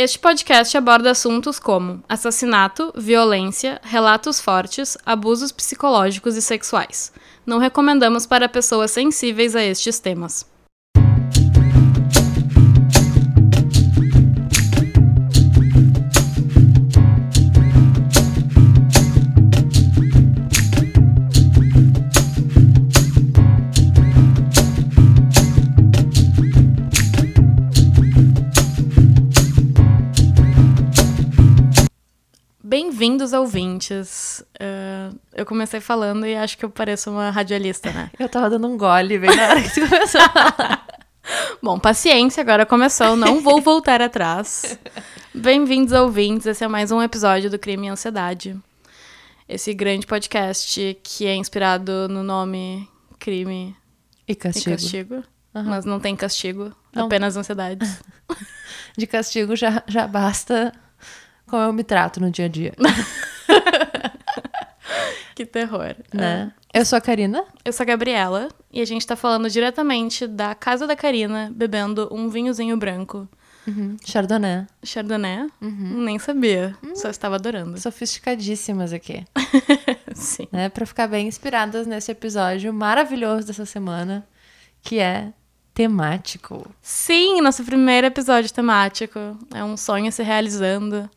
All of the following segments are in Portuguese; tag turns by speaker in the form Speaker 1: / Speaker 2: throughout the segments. Speaker 1: Este podcast aborda assuntos como assassinato, violência, relatos fortes, abusos psicológicos e sexuais. Não recomendamos para pessoas sensíveis a estes temas. Bem-vindos, ouvintes. Ah, eu comecei falando e acho que eu pareço uma radialista, né?
Speaker 2: Eu tava dando um gole bem na hora que você começou a falar.
Speaker 1: Bom, paciência, agora começou, não vou voltar atrás. Bem-vindos, ouvintes, esse é mais um episódio do Crime e Ansiedade. Esse grande podcast que é inspirado no nome Crime
Speaker 2: E
Speaker 1: e
Speaker 2: castigo.
Speaker 1: Castigo, mas não tem castigo,
Speaker 2: Não.
Speaker 1: apenas ansiedade.
Speaker 2: De castigo já, já basta como eu me trato no dia a dia,
Speaker 1: que terror.
Speaker 2: né? Eu sou a Karina.
Speaker 1: Eu sou a Gabriela e a gente tá falando diretamente da casa da Karina, bebendo um vinhozinho branco.
Speaker 2: Uhum. Chardonnay.
Speaker 1: Chardonnay? Nem sabia, só estava adorando.
Speaker 2: Sofisticadíssimas aqui,
Speaker 1: Sim.
Speaker 2: né? Pra ficar bem inspiradas nesse episódio maravilhoso dessa semana, que é temático.
Speaker 1: Sim, nosso primeiro episódio temático. É um sonho se realizando.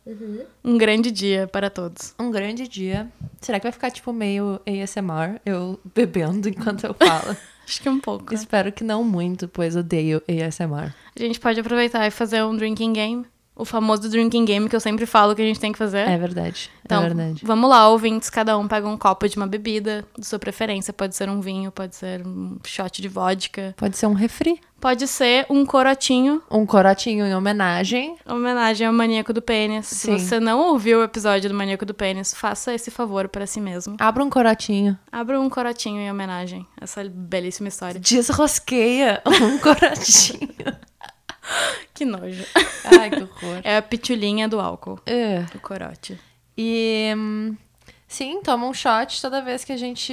Speaker 1: Um grande dia para todos.
Speaker 2: Um grande dia. Será que vai ficar, tipo, meio ASMR? Eu bebendo enquanto eu falo.
Speaker 1: Acho que um pouco.
Speaker 2: Espero que não muito, pois odeio ASMR.
Speaker 1: A gente pode aproveitar e fazer um drinking game. O famoso drinking game que eu sempre falo que a gente tem que fazer.
Speaker 2: É verdade.
Speaker 1: Então,
Speaker 2: é verdade.
Speaker 1: vamos lá, ouvintes. Cada um pega um copo de uma bebida de sua preferência. Pode ser um vinho, pode ser um shot de vodka.
Speaker 2: Pode ser um refri.
Speaker 1: Pode ser um corotinho,
Speaker 2: Um corotinho em homenagem.
Speaker 1: homenagem ao Maníaco do Pênis.
Speaker 2: Sim.
Speaker 1: Se você não ouviu o episódio do Maníaco do Pênis, faça esse favor para si mesmo.
Speaker 2: Abra um corotinho.
Speaker 1: Abra um corotinho em homenagem a essa belíssima história.
Speaker 2: Desrosqueia um corotinho.
Speaker 1: Que nojo.
Speaker 2: Ai, que horror.
Speaker 1: É a pitulinha do álcool,
Speaker 2: É.
Speaker 1: do corote.
Speaker 2: E. hum, Sim, toma um shot toda vez que a gente.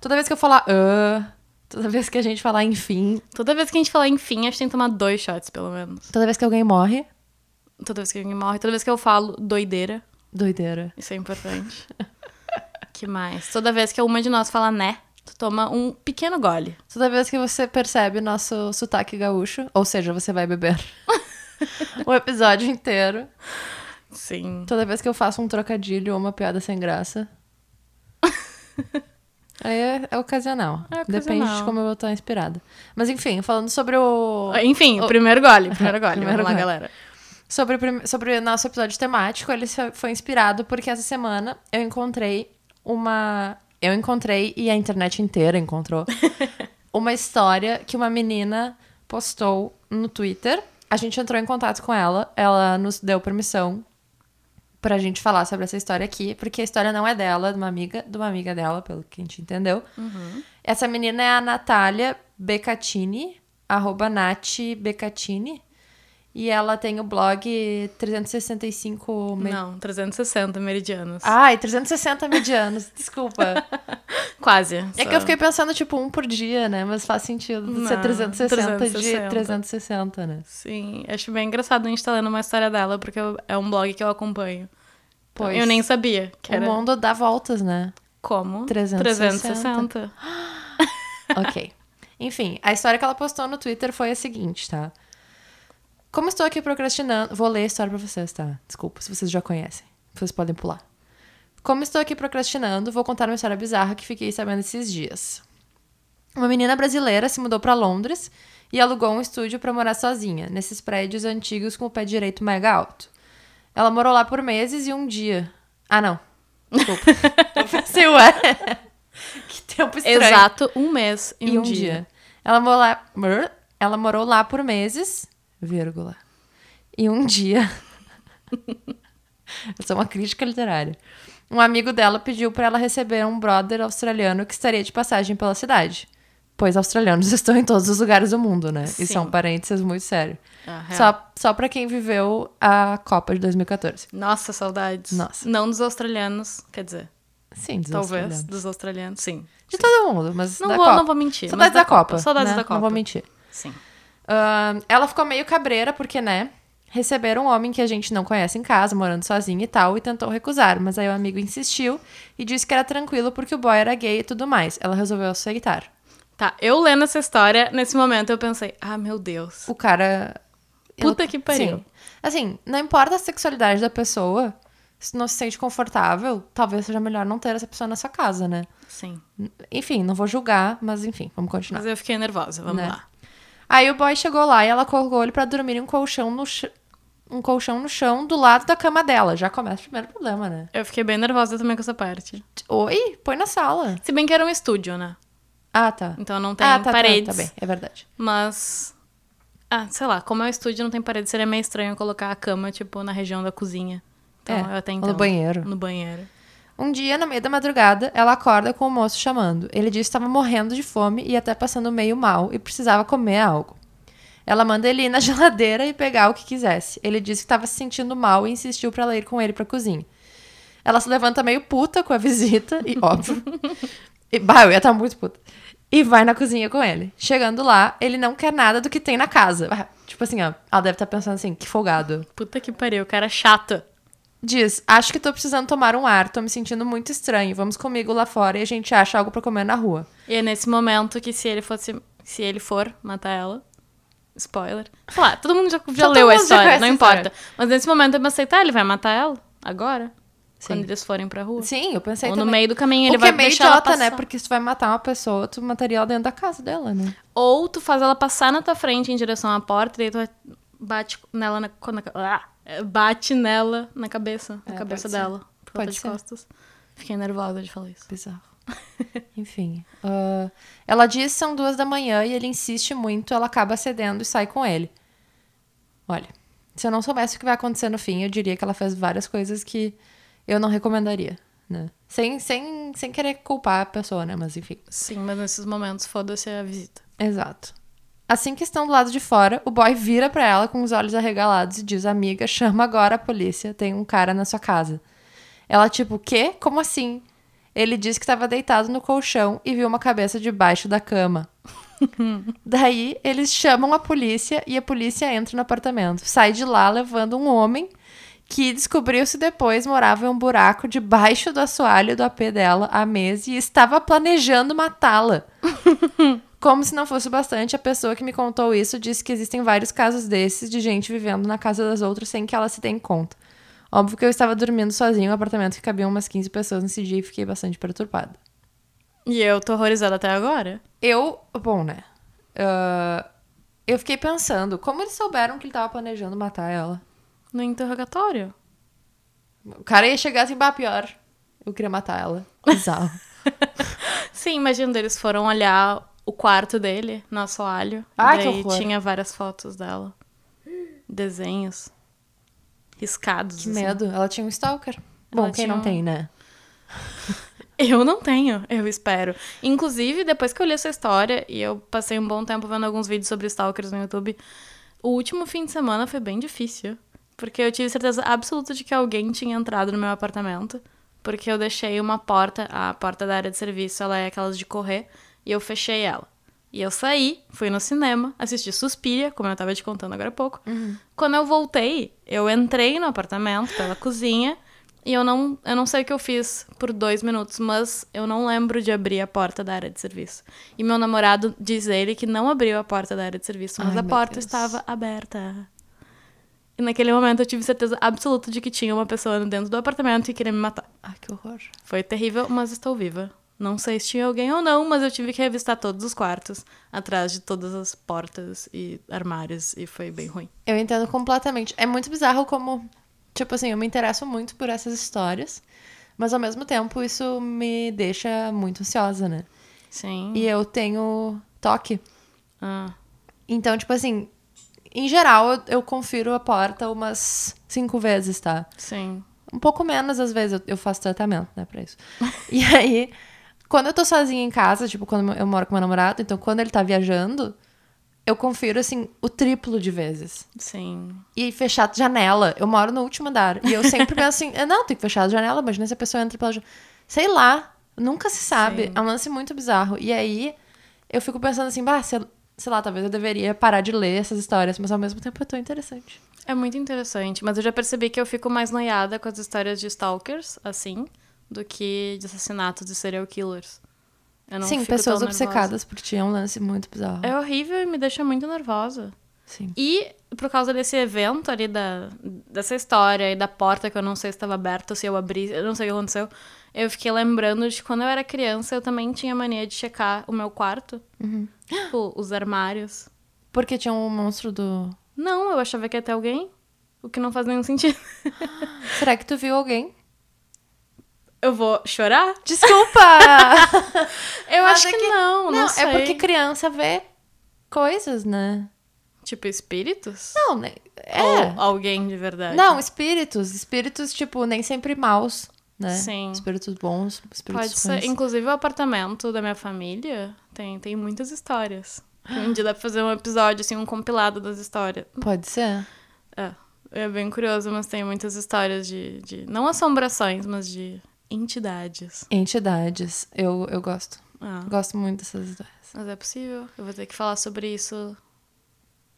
Speaker 2: Toda vez que eu falar. "Ah", toda vez que a gente falar enfim.
Speaker 1: Toda vez que a gente falar enfim, a gente tem que tomar dois shots, pelo menos.
Speaker 2: Toda vez que alguém morre.
Speaker 1: Toda vez que alguém morre, toda vez que eu falo doideira,
Speaker 2: Doideira.
Speaker 1: isso é importante. que mais? Toda vez que uma de nós fala né, tu toma um pequeno gole.
Speaker 2: Toda vez que você percebe nosso sotaque gaúcho. Ou seja, você vai beber. o episódio inteiro.
Speaker 1: Sim.
Speaker 2: Toda vez que eu faço um trocadilho ou uma piada sem graça. Aí é, é ocasional.
Speaker 1: É ocasional.
Speaker 2: Depende de como eu tô inspirada. Mas enfim, falando sobre o.
Speaker 1: Enfim, primeiro gole, primeiro gole.
Speaker 2: Primeiro
Speaker 1: Vamos lá,
Speaker 2: gole.
Speaker 1: galera.
Speaker 2: Sobre, o prim- sobre o nosso episódio temático, ele se- foi inspirado porque essa semana eu encontrei uma. Eu encontrei, e a internet inteira encontrou, uma história que uma menina postou no Twitter. A gente entrou em contato com ela, ela nos deu permissão pra gente falar sobre essa história aqui, porque a história não é dela, é de uma amiga, de uma amiga dela, pelo que a gente entendeu. Essa menina é a Natália Becatini, arroba Nath Becatini, e ela tem o blog 365... Me...
Speaker 1: Não, 360 meridianos.
Speaker 2: Ai, 360 medianos, desculpa.
Speaker 1: Quase.
Speaker 2: É que eu fiquei pensando, tipo, um por dia, né? Mas faz sentido de ser
Speaker 1: Não,
Speaker 2: 360, de
Speaker 1: 360.
Speaker 2: 360, né?
Speaker 1: Sim, acho bem engraçado a gente estar lendo uma história dela, porque eu- é um blog que eu acompanho. Então,
Speaker 2: Pois.
Speaker 1: Eu nem sabia que era
Speaker 2: O mundo dá voltas, né?
Speaker 1: como
Speaker 2: 360.
Speaker 1: 360.
Speaker 2: Ok. Enfim, a história que ela postou no Twitter foi a seguinte, tá? Como estou aqui procrastinando. Vou ler a história pra vocês, tá? Desculpa, se vocês já conhecem. Vocês podem pular. Como estou aqui procrastinando, vou contar uma história bizarra que fiquei sabendo esses dias. Uma menina brasileira se mudou pra Londres e alugou um estúdio pra morar sozinha, nesses prédios antigos com o pé direito mega alto. Ela morou lá por meses e um dia. Ah, não. Desculpa. Eu pensei, ué. Que tempo estranho
Speaker 1: Exato um mês e,
Speaker 2: e um dia. Ela, morou lá, brr, ela morou lá por meses, vírgula. E um dia. Isso é uma crítica literária. Um amigo dela pediu para ela receber um brother australiano que estaria de passagem pela cidade. Pois australianos estão em todos os lugares do mundo, né? E
Speaker 1: Sim.
Speaker 2: são parênteses muito sérios.
Speaker 1: Ah, real.
Speaker 2: Só, só para quem viveu a Copa de 2014.
Speaker 1: Nossa, saudades.
Speaker 2: Nossa.
Speaker 1: Não dos australianos, quer dizer,
Speaker 2: Sim, dos
Speaker 1: talvez
Speaker 2: australianos.
Speaker 1: dos australianos, sim.
Speaker 2: De todo mundo, mas
Speaker 1: Não
Speaker 2: da
Speaker 1: vou,
Speaker 2: Copa.
Speaker 1: não vou mentir. mas
Speaker 2: Saudades da Copa.
Speaker 1: Saudades
Speaker 2: né?
Speaker 1: da Copa.
Speaker 2: Não vou mentir.
Speaker 1: Sim.
Speaker 2: Ahn, ela ficou meio cabreira, porque, né? Receberam um homem que a gente não conhece em casa, morando sozinho e tal, e tentou recusar. Mas aí o amigo insistiu e disse que era tranquilo porque o boy era gay e tudo mais. Ela resolveu aceitar.
Speaker 1: Tá, eu lendo essa história, nesse momento eu pensei, ah, meu Deus.
Speaker 2: O cara.
Speaker 1: Puta que pariu.
Speaker 2: Sim. Assim, não importa a sexualidade da pessoa, se não se sente confortável, talvez seja melhor não ter essa pessoa na sua casa, né?
Speaker 1: Sim.
Speaker 2: Enfim, não vou julgar, mas enfim, vamos continuar.
Speaker 1: Mas eu fiquei nervosa, vamos
Speaker 2: Né?
Speaker 1: lá.
Speaker 2: Aí o boy chegou lá e ela colocou ele pra dormir em um colchão no chão. Um colchão no chão do lado da cama dela. Já começa o primeiro problema, né?
Speaker 1: Eu fiquei bem nervosa também com essa parte.
Speaker 2: Oi, põe na sala.
Speaker 1: Se bem que era um estúdio, né?
Speaker 2: Ah, tá.
Speaker 1: Então não tem
Speaker 2: Ah, tá, tá,
Speaker 1: paredes.
Speaker 2: tá bem, é verdade.
Speaker 1: Mas. Ah, sei lá, como é um estúdio não tem parede, seria meio estranho colocar a cama, tipo, na região da cozinha. Então
Speaker 2: É,
Speaker 1: eu até
Speaker 2: ou no
Speaker 1: entendo.
Speaker 2: banheiro.
Speaker 1: No banheiro.
Speaker 2: Um dia, no meio da madrugada, ela acorda com o moço chamando. Ele diz que estava morrendo de fome e até passando meio mal e precisava comer algo. Ela manda ele ir na geladeira e pegar o que quisesse. Ele disse que estava se sentindo mal e insistiu para ela ir com ele para cozinha. Ela se levanta meio puta com a visita, e óbvio. E, bah, eu ia estar muito puta. E vai na cozinha com ele. Chegando lá, ele não quer nada do que tem na casa. Ah, Tipo assim, ó, ela deve estar pensando assim, que folgado.
Speaker 1: Puta que pariu, o cara é chato.
Speaker 2: Diz, acho que tô precisando tomar um ar, tô me sentindo muito estranho. Vamos comigo lá fora e a gente acha algo pra comer na rua.
Speaker 1: E é nesse momento que se ele fosse. Se ele for matar ela. Spoiler. Sei lá, todo mundo já, já
Speaker 2: todo
Speaker 1: leu a
Speaker 2: mundo já
Speaker 1: história,
Speaker 2: conhece
Speaker 1: não
Speaker 2: a
Speaker 1: importa.
Speaker 2: história.
Speaker 1: Mas nesse momento eu pensei, tá, ele vai matar ela? Agora?
Speaker 2: Sim.
Speaker 1: Quando eles forem pra rua?
Speaker 2: Sim, eu pensei
Speaker 1: Ou no
Speaker 2: também.
Speaker 1: meio do caminho
Speaker 2: o
Speaker 1: ele
Speaker 2: que
Speaker 1: vai
Speaker 2: é meio
Speaker 1: deixar ela
Speaker 2: idiota, né?
Speaker 1: passar.
Speaker 2: Porque se tu vai matar uma pessoa, tu mataria ela dentro da casa dela, né?
Speaker 1: Ou tu faz ela passar na tua frente em direção à porta e daí tu vai- bate nela na. na ah, é, bate nela na cabeça. Na
Speaker 2: É,
Speaker 1: cabeça
Speaker 2: pode ser.
Speaker 1: dela. Por conta
Speaker 2: Pode
Speaker 1: de
Speaker 2: ser.
Speaker 1: costas. Fiquei nervosa de falar isso.
Speaker 2: Bizarro. Enfim. ah, ela diz que são duas da manhã e ele insiste muito, ela acaba cedendo e sai com ele. Olha, se eu não soubesse o que vai acontecer no fim, eu diria que ela fez várias coisas que eu não recomendaria, né? Sem, sem, sem querer culpar a pessoa, né? Mas enfim.
Speaker 1: Sim, mas nesses momentos foda-se a visita.
Speaker 2: Exato. Assim que estão do lado de fora, o boy vira pra ela com os olhos arregalados e diz: Amiga, chama agora a polícia, tem um cara na sua casa. Ela, tipo, quê? Como assim? Ele disse que estava deitado no colchão e viu uma cabeça debaixo da cama. Daí, eles chamam a polícia e a polícia entra no apartamento. Sai de lá levando um homem que descobriu-se depois morava em um buraco debaixo do assoalho do AP dela há meses e estava planejando matá-la. Como se não fosse o bastante, a pessoa que me contou isso disse que existem vários casos desses de gente vivendo na casa das outras sem que ela se dê em conta. Óbvio que eu estava dormindo sozinho, um apartamento que cabiam umas 15 pessoas nesse dia e fiquei bastante perturbada.
Speaker 1: E eu tô horrorizada até agora.
Speaker 2: Eu, bom, né? ah, eu fiquei pensando, como eles souberam que ele estava planejando matar ela?
Speaker 1: No interrogatório.
Speaker 2: O cara ia chegar assim, bah, pior. Eu queria matar ela. Bizarro.
Speaker 1: Sim, imagina, eles foram olhar o quarto dele no assoalho. e
Speaker 2: Ai, que
Speaker 1: daí
Speaker 2: horror.
Speaker 1: tinha várias fotos dela. Desenhos. Riscados.
Speaker 2: que
Speaker 1: assim.
Speaker 2: medo. Ela tinha um stalker. Bom, quem
Speaker 1: tinha
Speaker 2: não
Speaker 1: um-
Speaker 2: tem, né?
Speaker 1: Eu não tenho, eu espero. Inclusive, depois que eu li essa história, e eu passei um bom tempo vendo alguns vídeos sobre stalkers no YouTube, o último fim de semana foi bem difícil. Porque eu tive certeza absoluta de que alguém tinha entrado no meu apartamento. Porque eu deixei uma porta, a porta da área de serviço, ela é aquelas de correr, e eu fechei ela. E eu saí, fui no cinema, assisti Suspiria, como eu tava te contando agora há pouco. Quando eu voltei, eu entrei no apartamento pela cozinha e eu não, eu não sei o que eu fiz por dois minutos, mas eu não lembro de abrir a porta da área de serviço. E meu namorado diz ele que não abriu a porta da área de serviço, mas
Speaker 2: Ai,
Speaker 1: a
Speaker 2: meu
Speaker 1: porta
Speaker 2: Deus.
Speaker 1: estava aberta. E naquele momento eu tive certeza absoluta de que tinha uma pessoa dentro do apartamento e queria me matar.
Speaker 2: Ai, que horror.
Speaker 1: Foi terrível, mas estou viva. Não sei se tinha alguém ou não, mas eu tive que revistar todos os quartos, atrás de todas as portas e armários, e foi bem ruim.
Speaker 2: Eu entendo completamente. É muito bizarro como, tipo assim, eu me interesso muito por essas histórias, mas ao mesmo tempo isso me deixa muito ansiosa, né?
Speaker 1: Sim.
Speaker 2: E eu tenho toque.
Speaker 1: Ah,
Speaker 2: Então, tipo assim, em geral eu, eu confiro a porta umas cinco vezes, tá?
Speaker 1: sim.
Speaker 2: Um pouco menos às vezes, eu, eu faço tratamento, né, pra isso. E aí, quando eu tô sozinha em casa, tipo, quando eu moro com meu namorado, então quando ele tá viajando, eu confiro, assim, o triplo de vezes.
Speaker 1: Sim.
Speaker 2: e fechar a janela. Eu moro no último andar. E eu sempre penso assim, "Ah, não, tem que fechar a janela, imagina se a pessoa entra pela janela. Sei lá, nunca se sabe.
Speaker 1: Sim.
Speaker 2: É um lance muito bizarro. E aí eu fico pensando assim, bah, se eu sei lá, talvez eu deveria parar de ler essas histórias, mas ao mesmo tempo é tão interessante.
Speaker 1: É muito interessante, mas eu já percebi que eu fico mais noiada com as histórias de stalkers, assim, do que de assassinatos de serial killers. Eu não
Speaker 2: Sim,
Speaker 1: fico
Speaker 2: pessoas
Speaker 1: tão nervosa.
Speaker 2: obcecadas por ti é um lance muito bizarro.
Speaker 1: É horrível e me deixa muito nervosa.
Speaker 2: Sim.
Speaker 1: E por causa desse evento ali, da, dessa história e da porta que eu não sei se estava aberta ou se eu abri, eu não sei o que aconteceu. Eu fiquei lembrando de quando eu era criança, eu também tinha mania de checar o meu quarto,
Speaker 2: Uhum.
Speaker 1: tipo, os armários.
Speaker 2: Porque tinha um monstro do.
Speaker 1: Não, eu achava que ia ter alguém, o que não faz nenhum sentido.
Speaker 2: Será que tu viu alguém?
Speaker 1: Eu vou chorar?
Speaker 2: Desculpa!
Speaker 1: Eu
Speaker 2: Mas
Speaker 1: acho
Speaker 2: é
Speaker 1: que,
Speaker 2: que-
Speaker 1: não, não, sei.
Speaker 2: é porque criança vê coisas, né?
Speaker 1: Tipo, espíritos?
Speaker 2: Não, né? É.
Speaker 1: Ou alguém de verdade?
Speaker 2: Não, espíritos. Espíritos, tipo, nem sempre maus, né?
Speaker 1: Sim.
Speaker 2: Espíritos bons, espíritos
Speaker 1: Pode ser.
Speaker 2: ruins.
Speaker 1: Inclusive, o apartamento da minha família tem, tem muitas histórias. Um dia dá pra fazer um episódio, assim, um compilado das histórias.
Speaker 2: Pode ser.
Speaker 1: É, é bem curioso, mas tem muitas histórias de, de. Não assombrações, mas de entidades.
Speaker 2: Entidades. Eu, eu gosto.
Speaker 1: Ah,
Speaker 2: Gosto muito dessas histórias.
Speaker 1: mas é possível. Eu vou ter que falar sobre isso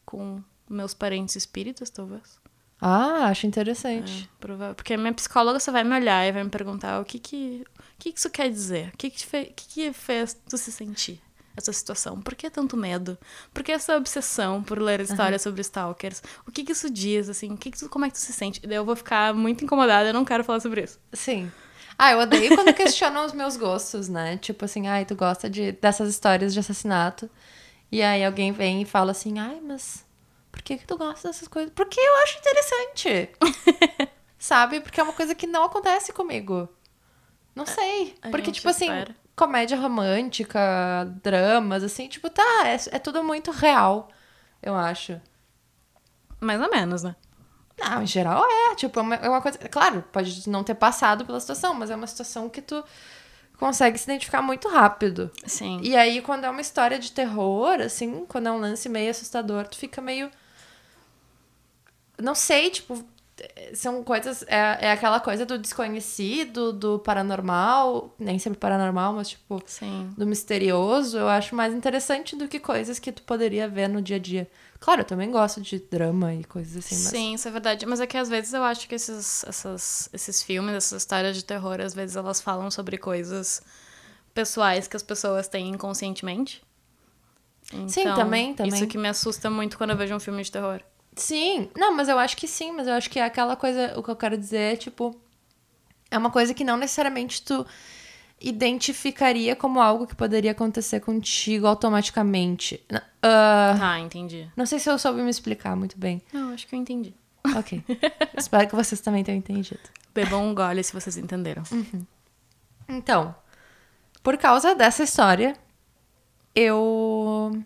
Speaker 1: com meus parentes espíritas, talvez.
Speaker 2: Ah, acho interessante.
Speaker 1: Provável. Porque a minha psicóloga só vai me olhar e vai me perguntar o que que, o que, que isso quer dizer? O que que, te fe- o que que fez tu se sentir? Essa situação? Por que tanto medo? Por que essa obsessão por ler histórias sobre stalkers? O que que isso diz, assim? O que que tu- como é que tu se sente? E daí eu vou ficar muito incomodada, eu não quero falar sobre isso.
Speaker 2: Sim. Ah, eu odeio quando questionam os meus gostos, né? Tipo assim, ai, tu gosta de, dessas histórias de assassinato. E aí alguém vem e fala assim, ai, mas por que, que tu gosta dessas coisas? Porque eu acho interessante. Sabe? Porque é uma coisa que não acontece comigo. Não sei.
Speaker 1: É, a
Speaker 2: Porque,
Speaker 1: gente
Speaker 2: tipo assim,
Speaker 1: espera.
Speaker 2: comédia romântica, dramas, assim, tipo, tá, é, é tudo muito real, eu acho.
Speaker 1: Mais ou menos, né?
Speaker 2: Não, em geral é. Tipo, é uma, é uma coisa. Claro, pode não ter passado pela situação, mas é uma situação que tu consegue se identificar muito rápido.
Speaker 1: Sim.
Speaker 2: E aí, quando é uma história de terror, assim, quando é um lance meio assustador, tu fica meio. Não sei, tipo. eh, São coisas. É, é aquela coisa do desconhecido, do paranormal. Nem sempre paranormal, mas tipo.
Speaker 1: Sim.
Speaker 2: Do misterioso, eu acho mais interessante do que coisas que tu poderia ver no dia a dia. Claro, eu também gosto de drama e coisas assim, mas.
Speaker 1: Sim, isso é verdade. Mas é que às vezes eu acho que esses, essas, esses filmes, essas histórias de terror, às vezes elas falam sobre coisas pessoais que as pessoas têm inconscientemente.
Speaker 2: Sim,
Speaker 1: Então,
Speaker 2: também, também.
Speaker 1: Isso que me assusta muito quando eu vejo um filme de terror.
Speaker 2: Sim, não, mas eu acho que sim, mas eu acho que é aquela coisa, o que eu quero dizer é, tipo, é uma coisa que não necessariamente tu identificaria como algo que poderia acontecer contigo automaticamente. N- ah,
Speaker 1: Tá, entendi.
Speaker 2: não sei se eu soube me explicar muito bem.
Speaker 1: Não, acho que eu entendi.
Speaker 2: Ok. Espero que vocês também tenham entendido.
Speaker 1: Bebam um gole se vocês entenderam.
Speaker 2: Então, por causa dessa história, eu.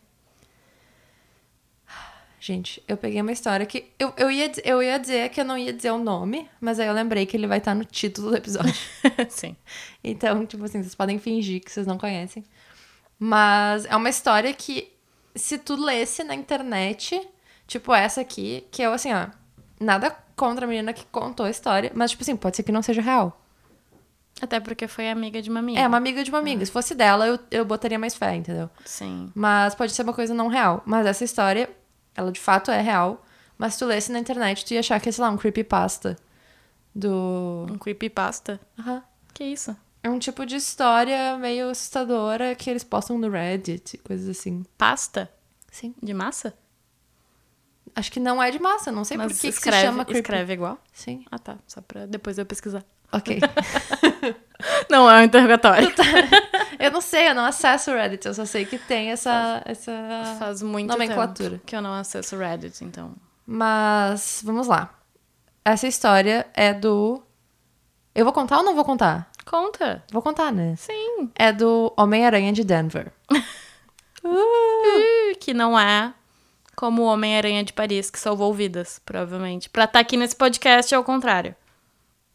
Speaker 2: Gente, eu peguei uma história que. Eu, eu, ia, diz- eu ia dizer que eu não ia dizer o nome, mas aí eu lembrei que ele vai estar no título do episódio.
Speaker 1: Sim.
Speaker 2: Então, tipo assim, vocês podem fingir que vocês não conhecem. Mas é uma história que, se tu lesse na internet, tipo essa aqui, que eu, assim, ó. Nada contra a menina que contou a história, mas, tipo assim, pode ser que não seja real.
Speaker 1: Até porque foi amiga de uma amiga.
Speaker 2: É, uma amiga de uma amiga. Se fosse dela, eu, eu botaria mais fé, entendeu?
Speaker 1: Sim.
Speaker 2: Mas pode ser uma coisa não real. Mas essa história, ela de fato é real. Mas se tu lesse na internet, tu ia achar que é, sei lá, um creepypasta. Do.
Speaker 1: Um creepypasta.
Speaker 2: Aham.
Speaker 1: Que isso?
Speaker 2: É um tipo de história meio assustadora que eles postam no Reddit, coisas assim.
Speaker 1: Pasta?
Speaker 2: Sim.
Speaker 1: De massa?
Speaker 2: Acho que não é de massa, não sei
Speaker 1: Mas
Speaker 2: por que, que
Speaker 1: escreve,
Speaker 2: se chama creepy.
Speaker 1: escreve igual?
Speaker 2: Sim.
Speaker 1: Ah, tá. Só pra depois eu pesquisar.
Speaker 2: Ok.
Speaker 1: Não é um interrogatório.
Speaker 2: eu não sei, eu não acesso o Reddit, eu só sei que tem essa. essa...
Speaker 1: Faz muito
Speaker 2: Ah, Nomenclatura.
Speaker 1: tempo que eu não acesso Reddit, então.
Speaker 2: Mas vamos lá. Essa história é do. Eu vou contar ou não vou contar?
Speaker 1: Conta.
Speaker 2: Vou contar, né?
Speaker 1: Sim.
Speaker 2: É do Homem-Aranha de Denver.
Speaker 1: Uh, que não é como o Homem-Aranha de Paris, que salvou vidas, provavelmente. Pra estar aqui nesse podcast é o contrário.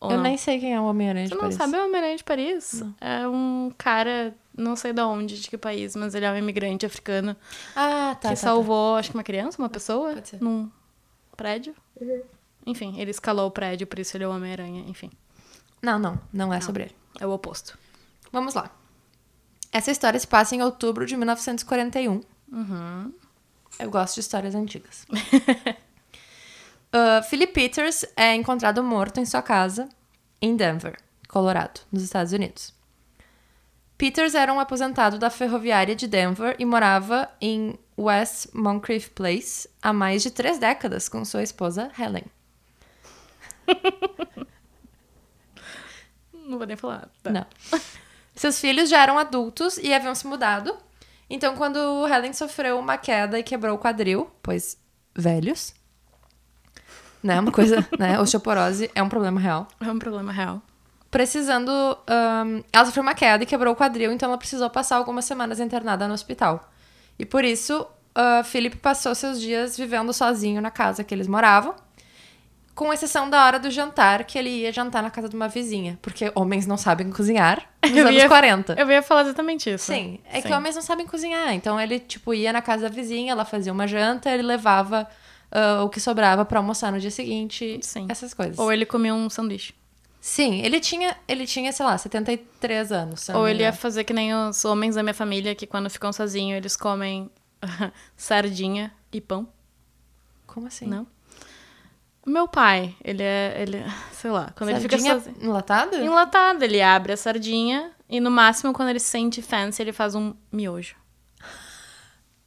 Speaker 1: Ou
Speaker 2: eu
Speaker 1: não?
Speaker 2: nem sei quem é o Homem-Aranha
Speaker 1: Tu
Speaker 2: de
Speaker 1: não
Speaker 2: Paris.
Speaker 1: sabe o Homem-Aranha de Paris? É um cara, não sei de onde, de que país, mas ele é um imigrante africano
Speaker 2: Ah, tá.
Speaker 1: que
Speaker 2: tá,
Speaker 1: salvou, acho que uma criança, uma pessoa,
Speaker 2: Pode ser. Uhum.
Speaker 1: num prédio. Enfim, ele escalou o prédio, por isso ele é o Homem-Aranha. Enfim,
Speaker 2: tá. Não, não. Não é sobre ele.
Speaker 1: é o oposto.
Speaker 2: Vamos lá. Essa história se passa em outubro de 1941.
Speaker 1: Uhum.
Speaker 2: Eu gosto de histórias antigas. Ah, Philip Peters é encontrado morto em sua casa em Denver, Colorado, nos Estados Unidos. Peters era um aposentado da ferroviária de Denver e morava em West Moncrief Place há mais de três décadas com sua esposa Helen.
Speaker 1: Não vou nem falar. Tá.
Speaker 2: Não. Seus filhos já eram adultos e haviam se mudado. Então, quando Helen sofreu uma queda e quebrou o quadril, pois velhos, né? Uma coisa, né? Osteoporose é um problema real.
Speaker 1: É um problema real.
Speaker 2: Precisando. ahn, ela sofreu uma queda e quebrou o quadril, então ela precisou passar algumas semanas internada no hospital. E por isso, ah, Felipe passou seus dias vivendo sozinho na casa que eles moravam. Com exceção da hora do jantar, que ele ia jantar na casa de uma vizinha. Porque homens não sabem cozinhar nos
Speaker 1: Eu
Speaker 2: anos
Speaker 1: ia-
Speaker 2: 40.
Speaker 1: Eu ia falar exatamente isso.
Speaker 2: Tá. Sim, é que
Speaker 1: Sim.
Speaker 2: homens não sabem cozinhar. Então ele, tipo, ia na casa da vizinha, ela fazia uma janta, ele levava ah, o que sobrava pra almoçar no dia seguinte.
Speaker 1: Sim.
Speaker 2: Essas coisas.
Speaker 1: Ou ele comia um sanduíche.
Speaker 2: Sim, ele tinha, ele tinha, sei lá, 73 anos. se eu não
Speaker 1: Ou
Speaker 2: me
Speaker 1: ele é ia
Speaker 2: engano.
Speaker 1: fazer que nem os homens da minha família, que quando ficam sozinhos, eles comem sardinha e pão.
Speaker 2: Como assim?
Speaker 1: Não. Meu pai, ele é. Ele, sei lá, quando ele fica
Speaker 2: Sardinha
Speaker 1: sozinho.
Speaker 2: enlatada?
Speaker 1: Enlatado, ele abre a sardinha e no máximo, quando ele sente fancy, ele faz um miojo.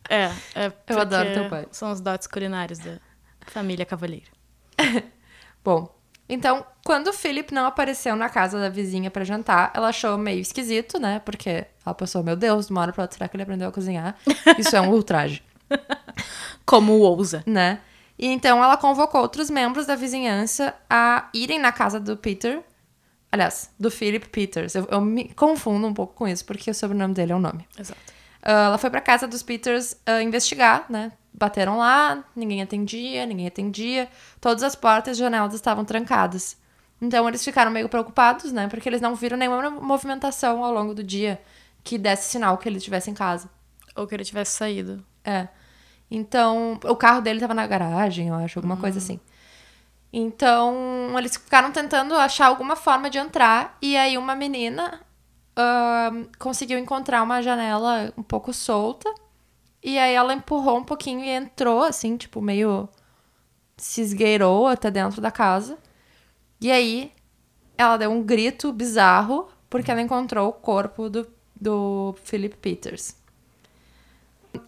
Speaker 1: É, é porque
Speaker 2: adoro teu pai.
Speaker 1: São os dotes culinários da família Cavaleiro.
Speaker 2: Bom, então, quando o Philip não apareceu na casa da vizinha pra jantar, ela achou meio esquisito, né? Porque ela pensou, meu Deus, de uma hora pra outra, será que ele aprendeu a cozinhar? Isso é um ultraje.
Speaker 1: Como ousa.
Speaker 2: né? E então ela convocou outros membros da vizinhança a irem na casa do Peter. Aliás, do Philip Peters. Eu, eu me confundo um pouco com isso, porque o sobrenome dele é um nome.
Speaker 1: Exato.
Speaker 2: Ah, ela foi pra casa dos Peters ah, investigar, né? Bateram lá, ninguém atendia, ninguém atendia. Todas as portas e janelas estavam trancadas. Então eles ficaram meio preocupados, né? Porque eles não viram nenhuma movimentação ao longo do dia que desse sinal que ele estivesse em casa.
Speaker 1: Ou que ele tivesse saído.
Speaker 2: É. Então, o carro dele tava na garagem, eu acho, alguma coisa assim. Então, eles ficaram tentando achar alguma forma de entrar, e aí uma menina ahn, conseguiu encontrar uma janela um pouco solta, e aí ela empurrou um pouquinho e entrou, assim, tipo, meio se esgueirou até dentro da casa. E aí, ela deu um grito bizarro, porque ela encontrou o corpo do, do Philip Peters.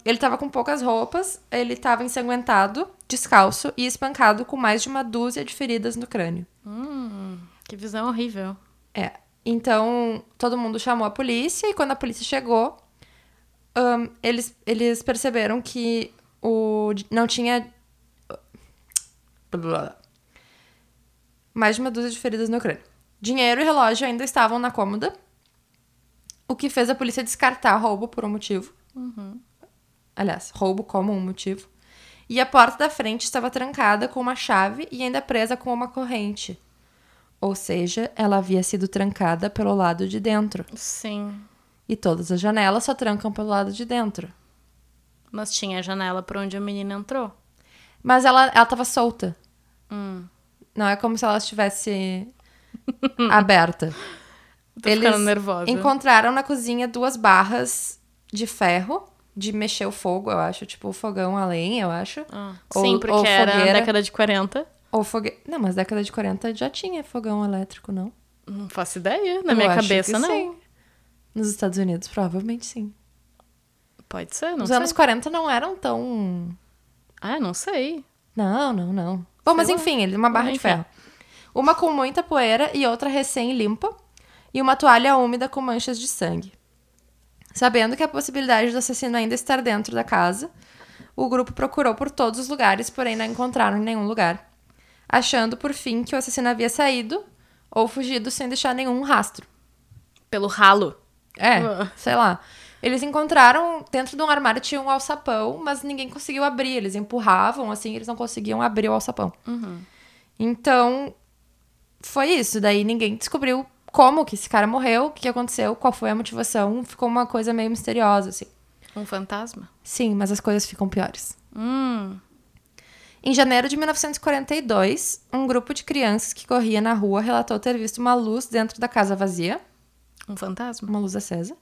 Speaker 2: Ele tava com poucas roupas, ele tava ensanguentado, descalço e espancado com mais de uma dúzia de feridas no crânio.
Speaker 1: Que visão horrível.
Speaker 2: É. Então, todo mundo chamou a polícia e quando a polícia chegou, ahn, eles, eles perceberam que o não tinha mais de uma dúzia de feridas no crânio. Dinheiro e relógio ainda estavam na cômoda, o que fez a polícia descartar roubo por um motivo. Aliás, roubo como um motivo. E a porta da frente estava trancada com uma chave e ainda presa com uma corrente. Ou seja, ela havia sido trancada pelo lado de dentro.
Speaker 1: Sim.
Speaker 2: E todas as janelas só trancam pelo lado de dentro.
Speaker 1: Mas tinha a janela por onde a menina entrou.
Speaker 2: Mas ela, ela tava solta.
Speaker 1: Hum.
Speaker 2: Não é como se ela estivesse aberta.
Speaker 1: Tô ficando nervosa.
Speaker 2: encontraram na cozinha duas barras de ferro de mexer o fogo, eu acho. Tipo, o fogão a lenha, eu acho.
Speaker 1: Ah,
Speaker 2: Ou-
Speaker 1: Sim, porque
Speaker 2: ou
Speaker 1: era
Speaker 2: fogueira.
Speaker 1: a década de 40.
Speaker 2: Ou fogue... Não, mas década de 40 já tinha fogão elétrico, não?
Speaker 1: Não faço ideia. Na
Speaker 2: Eu
Speaker 1: minha
Speaker 2: acho
Speaker 1: cabeça,
Speaker 2: que
Speaker 1: não.
Speaker 2: Sim. Nos Estados Unidos, provavelmente sim.
Speaker 1: Pode ser, não
Speaker 2: Os
Speaker 1: sei.
Speaker 2: anos 40 não eram tão
Speaker 1: Ah, não sei.
Speaker 2: Não, não, não. Bom, mas
Speaker 1: lá.
Speaker 2: enfim, ele- uma barra de
Speaker 1: Enfim.
Speaker 2: ferro. Uma com muita poeira e outra recém-limpa. E uma toalha úmida com manchas de sangue. Sabendo que a possibilidade do assassino ainda estar dentro da casa, o grupo procurou por todos os lugares, porém não encontraram em nenhum lugar. Achando, por fim, que o assassino havia saído ou fugido sem deixar nenhum rastro.
Speaker 1: Pelo ralo.
Speaker 2: É,
Speaker 1: Ah.
Speaker 2: sei lá. Eles encontraram, dentro de um armário tinha um alçapão, mas ninguém conseguiu abrir. Eles empurravam, assim, eles não conseguiam abrir o alçapão.
Speaker 1: Uhum.
Speaker 2: Então, foi isso. Daí ninguém descobriu como que esse cara morreu, o que aconteceu, qual foi a motivação. Ficou uma coisa meio misteriosa, assim.
Speaker 1: Um fantasma?
Speaker 2: Sim, mas as coisas ficam piores.
Speaker 1: Hum.
Speaker 2: Em janeiro de 1942, um grupo de crianças que corria na rua relatou ter visto uma luz dentro da casa vazia.
Speaker 1: Um fantasma?
Speaker 2: uma luz acesa.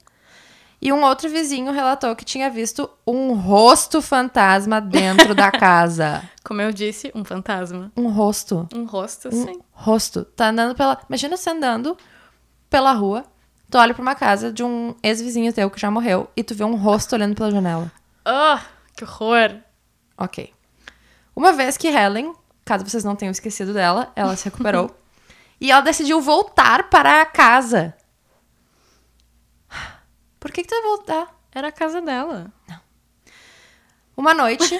Speaker 2: E um outro vizinho relatou que tinha visto um rosto fantasma dentro da casa.
Speaker 1: Como eu disse, um fantasma.
Speaker 2: Um rosto.
Speaker 1: Um rosto,
Speaker 2: Um
Speaker 1: sim.
Speaker 2: rosto. Tá andando pela. Imagina você andando pela rua, tu olha pra uma casa de um ex-vizinho teu que já morreu e tu vê um rosto olhando pela janela.
Speaker 1: Ah, que horror.
Speaker 2: Ok. Uma vez que Helen, caso vocês não tenham esquecido dela, ela se recuperou. e ela decidiu voltar para a casa. Por que, que tu vai voltar?
Speaker 1: Era a casa dela.
Speaker 2: Uma noite.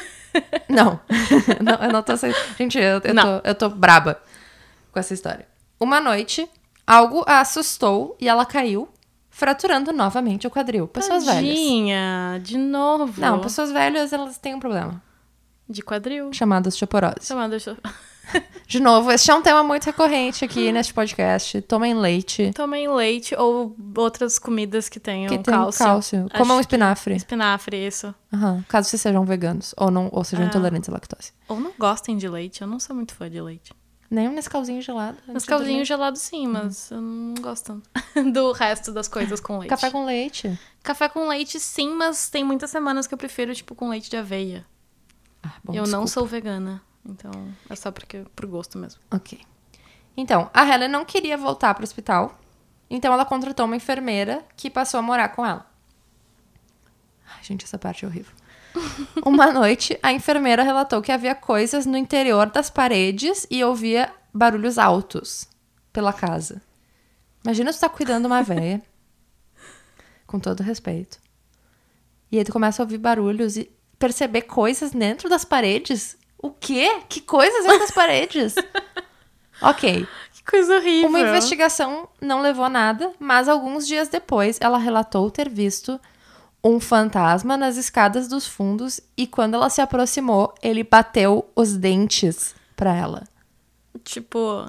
Speaker 2: não. não, eu não tô aceitando. Gente, eu, eu,
Speaker 1: Não.
Speaker 2: tô, eu tô braba com essa história. Uma noite, algo a assustou e ela caiu, fraturando novamente o quadril. Pessoas velhas.
Speaker 1: Tadinha, de novo.
Speaker 2: Não, pessoas velhas, elas têm um problema.
Speaker 1: De quadril.
Speaker 2: Chamado osteoporose.
Speaker 1: Chamada... cho-
Speaker 2: De novo, este é um tema muito recorrente aqui neste podcast. Tomem leite.
Speaker 1: Tomem leite ou outras comidas que tenham
Speaker 2: Que tem
Speaker 1: um cálcio.
Speaker 2: cálcio. Comam
Speaker 1: Acho-
Speaker 2: espinafre.
Speaker 1: Espinafre, isso.
Speaker 2: Aham, Caso vocês sejam veganos ou, não, ou sejam
Speaker 1: Ah.
Speaker 2: intolerantes à lactose.
Speaker 1: Ou não gostem de leite, eu não sou muito fã de leite.
Speaker 2: Nem um Nescauzinho gelado. antes de
Speaker 1: Mas
Speaker 2: dormir.
Speaker 1: caldinho gelado sim,
Speaker 2: Uhum.
Speaker 1: mas eu não gosto tanto do resto das coisas com leite.
Speaker 2: Café com leite.
Speaker 1: Café com leite sim, mas tem muitas semanas que eu prefiro, tipo, com leite de aveia.
Speaker 2: Ah, bom,
Speaker 1: eu
Speaker 2: desculpa.
Speaker 1: não sou vegana, então é só porque, pro gosto mesmo.
Speaker 2: Ok. Então, a Helen não queria voltar para o hospital, então ela contratou uma enfermeira que passou a morar com ela. Ai, gente, essa parte é horrível. Uma noite, a enfermeira relatou que havia coisas no interior das paredes e ouvia barulhos altos pela casa. Imagina tu tá cuidando de uma véia, com todo respeito. E aí tu começa a ouvir barulhos e perceber coisas dentro das paredes. O quê? Que coisas dentro das paredes? ok.
Speaker 1: Que coisa horrível.
Speaker 2: Uma investigação não levou a nada, mas alguns dias depois ela relatou ter visto um fantasma nas escadas dos fundos e quando ela se aproximou, ele bateu os dentes pra ela.
Speaker 1: Tipo,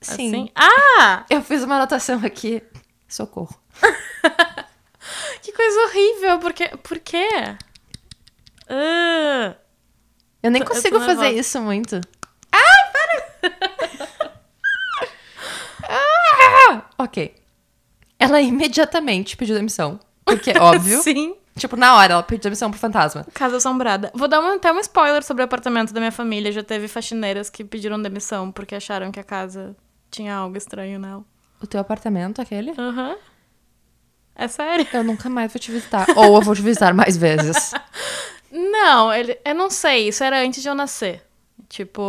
Speaker 2: Sim.
Speaker 1: assim. Ah!
Speaker 2: Eu fiz uma anotação aqui. Socorro.
Speaker 1: Que coisa horrível, porque... Por quê? Ah!
Speaker 2: Eu nem
Speaker 1: Tô- eu tô
Speaker 2: consigo fazer
Speaker 1: nervosa.
Speaker 2: isso muito. Ah, Ai, para! ah! Ok. Ela imediatamente pediu demissão. Porque, óbvio.
Speaker 1: Sim.
Speaker 2: Tipo, na hora ela pediu demissão pro fantasma.
Speaker 1: Casa Assombrada. Vou dar uma- até um spoiler sobre o apartamento da minha família. Já teve faxineiras que pediram demissão porque acharam que a casa tinha algo estranho nela.
Speaker 2: O teu apartamento, aquele?
Speaker 1: Aham. É sério?
Speaker 2: Eu nunca mais vou te visitar. Ou eu vou te visitar mais vezes.
Speaker 1: Não, ele, eu não sei. Isso era antes de eu nascer. Tipo,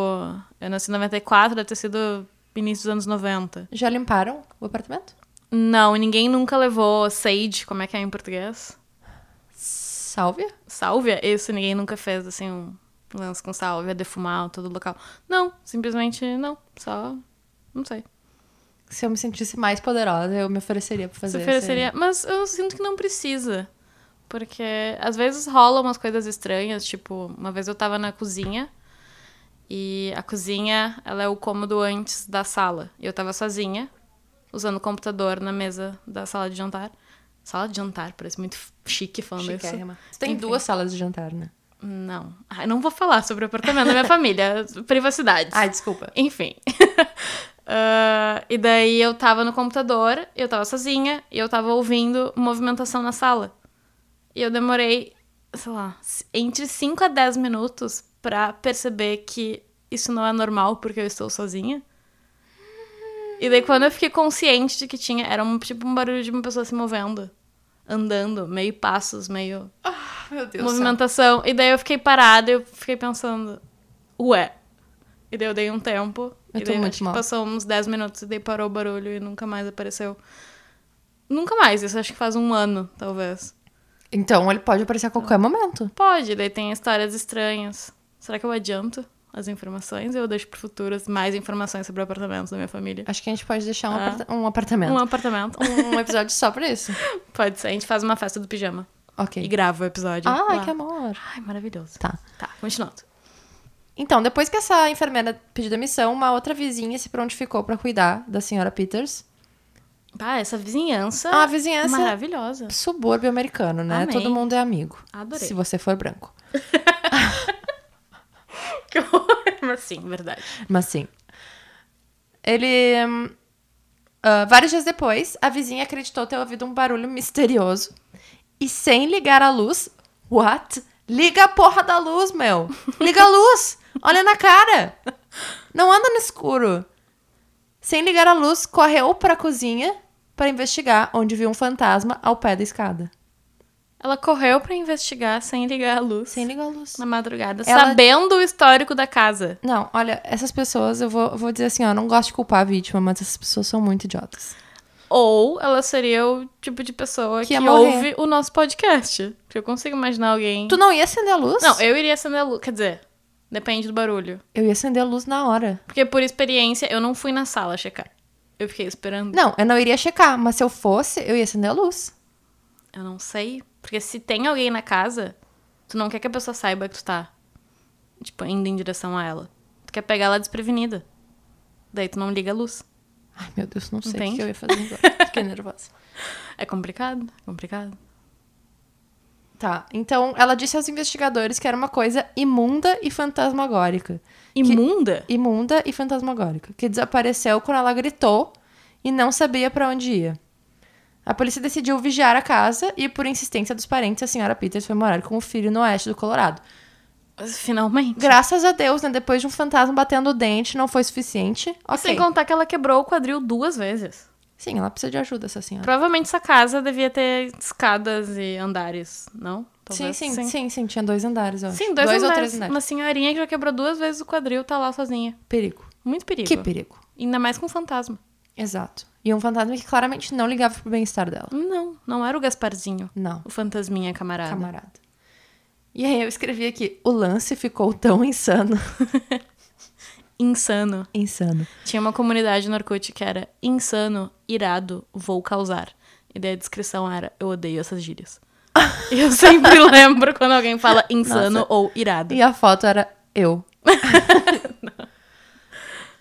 Speaker 1: eu nasci em 94, deve ter sido início dos anos 90.
Speaker 2: Já limparam o apartamento?
Speaker 1: Não, ninguém nunca levou sage, como é que é em português?
Speaker 2: Sálvia?
Speaker 1: Sálvia? Isso, ninguém nunca fez, assim, um lance com sálvia, defumar todo o local. Não, simplesmente não. Só, não sei.
Speaker 2: Se eu me sentisse mais poderosa, eu me ofereceria pra fazer
Speaker 1: Se ofereceria. Mas eu sinto que não precisa. Porque às vezes rolam umas coisas estranhas. Tipo, uma vez eu tava na cozinha. E a cozinha, ela é o cômodo antes da sala. E eu tava sozinha, usando o computador na mesa da sala de jantar. Sala de jantar, parece muito chique
Speaker 2: esse-
Speaker 1: falando isso.
Speaker 2: Chiquérrima. Você tem
Speaker 1: Enfim.
Speaker 2: duas salas de jantar, né?
Speaker 1: Não. Ah, eu não vou falar sobre o apartamento da minha família. Privacidade.
Speaker 2: Ai, desculpa.
Speaker 1: Enfim. Ah, e daí eu tava no computador, eu tava sozinha, e eu tava ouvindo movimentação na sala. E eu demorei, sei lá, c- entre 5 a 10 minutos pra perceber que isso não é normal porque eu estou sozinha. E daí quando eu fiquei consciente de que tinha, era um, tipo um barulho de uma pessoa se movendo, andando, meio passos, meio
Speaker 2: Oh, Meu Deus
Speaker 1: movimentação. E daí eu fiquei parada e eu fiquei pensando, ué. E daí eu dei um tempo.
Speaker 2: Eu
Speaker 1: e
Speaker 2: tô
Speaker 1: daí
Speaker 2: muito
Speaker 1: acho que
Speaker 2: mal.
Speaker 1: passou uns 10 minutos e daí parou o barulho e nunca mais apareceu. Nunca mais, isso acho que faz um ano, talvez.
Speaker 2: Então ele pode aparecer a qualquer momento.
Speaker 1: Pode, daí tem histórias estranhas. Será que eu adianto as informações ou eu deixo pro futuro mais informações sobre o apartamento da minha família?
Speaker 2: Acho que a gente pode deixar um,
Speaker 1: Ah.
Speaker 2: aparta- um apartamento.
Speaker 1: Um apartamento. Um,
Speaker 2: Um, episódio só pra isso.
Speaker 1: Pode ser, a gente faz uma festa do pijama e
Speaker 2: Ok.
Speaker 1: grava o episódio.
Speaker 2: Ai,
Speaker 1: lá.
Speaker 2: que amor.
Speaker 1: Ai, maravilhoso.
Speaker 2: Tá.
Speaker 1: Tá, continuando.
Speaker 2: Então, depois que essa enfermeira pediu demissão, uma outra vizinha se prontificou pra cuidar da senhora Peters.
Speaker 1: Ah, essa vizinhança.
Speaker 2: É uma vizinhança
Speaker 1: Maravilhosa.
Speaker 2: subúrbio americano, né?
Speaker 1: Amei.
Speaker 2: Todo mundo é amigo.
Speaker 1: Adorei.
Speaker 2: Se você for branco.
Speaker 1: Que horror. Mas sim, verdade.
Speaker 2: Mas sim. Ele. hum, ah, vários dias depois, a vizinha acreditou ter ouvido um barulho misterioso e sem ligar a luz. What? Liga a porra da luz, meu. Liga a luz. Olha na cara. Não anda no escuro. Sem ligar a luz, correu para a cozinha para investigar onde viu um fantasma ao pé da escada.
Speaker 1: Ela correu pra investigar sem ligar a luz.
Speaker 2: Sem ligar a luz.
Speaker 1: Na madrugada,
Speaker 2: Ela-
Speaker 1: sabendo o histórico da casa.
Speaker 2: Não, olha, essas pessoas, eu vou, eu vou dizer assim, ó, eu não gosto de culpar a vítima, mas essas pessoas são muito idiotas.
Speaker 1: Ou ela seria o tipo de pessoa
Speaker 2: Que
Speaker 1: que,
Speaker 2: ia morrer.
Speaker 1: ouve o nosso podcast. Porque eu consigo imaginar alguém.
Speaker 2: Tu não ia acender a luz?
Speaker 1: Não, eu iria acender a luz. Quer dizer, depende do barulho.
Speaker 2: Eu ia acender a luz na hora.
Speaker 1: Porque por experiência, eu não fui na sala checar. Eu fiquei esperando.
Speaker 2: Não, eu não iria checar, mas se eu fosse, eu ia acender a luz.
Speaker 1: Eu não sei. Porque se tem alguém na casa, tu não quer que a pessoa saiba que tu tá, tipo, indo em direção a ela. Tu quer pegar ela desprevenida. Daí tu não liga a luz.
Speaker 2: Ai, meu Deus, não sei o que
Speaker 1: Entende?
Speaker 2: eu ia fazer agora. Fiquei nervosa.
Speaker 1: É complicado, complicado.
Speaker 2: Tá, então ela disse aos investigadores que era uma coisa imunda e fantasmagórica.
Speaker 1: Imunda?
Speaker 2: Imunda e fantasmagórica, que desapareceu quando ela gritou e não sabia pra onde ia. A polícia decidiu vigiar a casa e, por insistência dos parentes, a senhora Peters foi morar com o filho no oeste do Colorado.
Speaker 1: Finalmente.
Speaker 2: Graças a Deus, né? Depois de um fantasma batendo o dente, não foi suficiente. Ok.
Speaker 1: Sem contar que ela quebrou o quadril duas vezes.
Speaker 2: Sim, ela precisa de ajuda, essa senhora.
Speaker 1: Provavelmente essa casa devia ter escadas e andares, não?
Speaker 2: Sim,
Speaker 1: Talvez,
Speaker 2: sim, sim, sim, Tinha dois andares, ó.
Speaker 1: Sim, dois,
Speaker 2: ou
Speaker 1: andares.
Speaker 2: três andares.
Speaker 1: Uma senhorinha que já quebrou duas vezes o quadril tá lá sozinha.
Speaker 2: Perigo.
Speaker 1: Muito perigo.
Speaker 2: Que perigo.
Speaker 1: Ainda mais com fantasma.
Speaker 2: Exato. E um fantasma que claramente não ligava pro bem-estar dela.
Speaker 1: Não, não era o Gasparzinho.
Speaker 2: Não,
Speaker 1: O fantasminha camarada.
Speaker 2: camarada. E aí eu escrevi aqui, o lance ficou tão insano.
Speaker 1: Insano.
Speaker 2: insano.
Speaker 1: Tinha uma comunidade no Orkut que era insano, irado, vou causar. E daí a descrição era, eu odeio essas gírias. E eu sempre lembro quando alguém fala insano ou irado.
Speaker 2: E a foto era eu.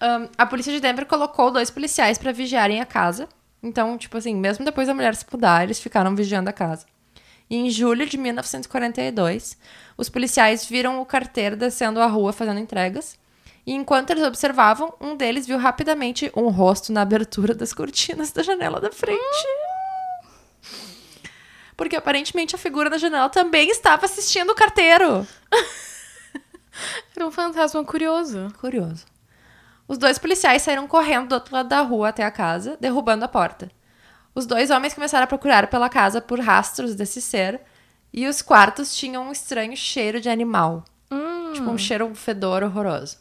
Speaker 2: Ahn, a polícia de Denver colocou dois policiais pra vigiarem a casa. Então, tipo assim, mesmo depois da mulher se mudar, eles ficaram vigiando a casa. E em julho de 1942, os policiais viram o carteiro descendo a rua fazendo entregas. E enquanto eles observavam, um deles viu rapidamente um rosto na abertura das cortinas da janela da frente. Porque aparentemente a figura na janela também estava assistindo o carteiro.
Speaker 1: Era um fantasma curioso.
Speaker 2: Curioso. Os dois policiais saíram correndo do outro lado da rua até a casa, derrubando a porta. Os dois homens começaram a procurar pela casa por rastros desse ser, e os quartos tinham um estranho cheiro de animal. Tipo, um cheiro, um fedor horroroso.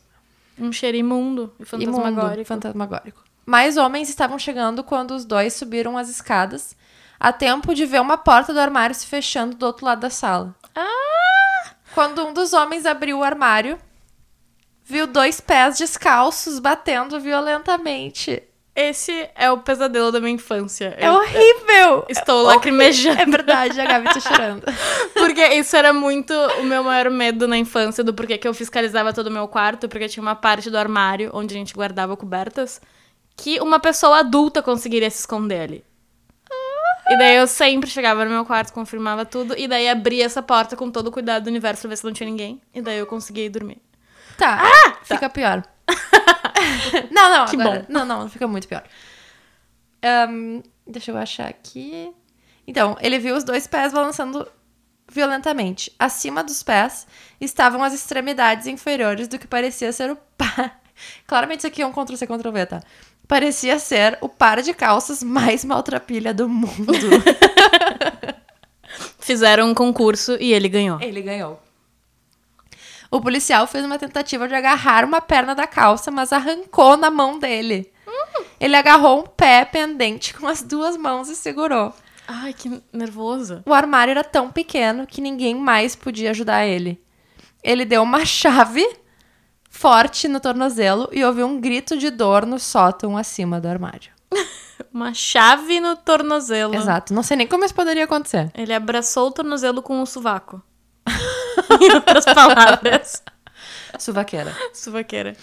Speaker 1: Um cheiro imundo e
Speaker 2: Imundo,
Speaker 1: fantasmagórico.
Speaker 2: fantasmagórico. Mais homens estavam chegando quando os dois subiram as escadas, a tempo de ver uma porta do armário se fechando do outro lado da sala. Quando um dos homens abriu o armário, viu dois pés descalços batendo violentamente.
Speaker 1: Esse é o pesadelo da minha infância.
Speaker 2: É
Speaker 1: Eu
Speaker 2: horrível!
Speaker 1: Estou lacrimejando.
Speaker 2: É verdade, a Gabi tá chorando.
Speaker 1: Porque isso era muito o meu maior medo na infância, do porquê que eu fiscalizava todo o meu quarto, porque tinha uma parte do armário onde a gente guardava cobertas, que uma pessoa adulta conseguiria se esconder ali. E daí eu sempre chegava no meu quarto, confirmava tudo, e daí abria essa porta com todo o cuidado do universo pra ver se não tinha ninguém. E daí eu conseguia ir dormir.
Speaker 2: Tá, fica pior. não, não,
Speaker 1: Que
Speaker 2: agora-
Speaker 1: bom.
Speaker 2: Não, não, fica muito pior. Ahn, deixa eu achar aqui. Então, ele viu os dois pés balançando violentamente. Acima dos pés estavam as extremidades inferiores do que parecia ser o par. Claramente isso aqui é um Ctrl C, Ctrl V, tá? Parecia ser o par de calças mais maltrapilha do mundo.
Speaker 1: Fizeram um concurso e ele ganhou.
Speaker 2: Ele ganhou. O policial fez uma tentativa de agarrar uma perna da calça, mas arrancou na mão dele. Ele agarrou um pé pendente com as duas mãos e segurou.
Speaker 1: Ai, que nervoso.
Speaker 2: O armário era tão pequeno que ninguém mais podia ajudar ele. Ele deu uma chave forte no tornozelo e ouviu um grito de dor no sótão acima do armário.
Speaker 1: Uma chave no tornozelo.
Speaker 2: Exato. Não sei nem como isso poderia acontecer.
Speaker 1: Ele abraçou o tornozelo com o sovaco. em outras palavras.
Speaker 2: Suvaqueira.
Speaker 1: Suvaqueira.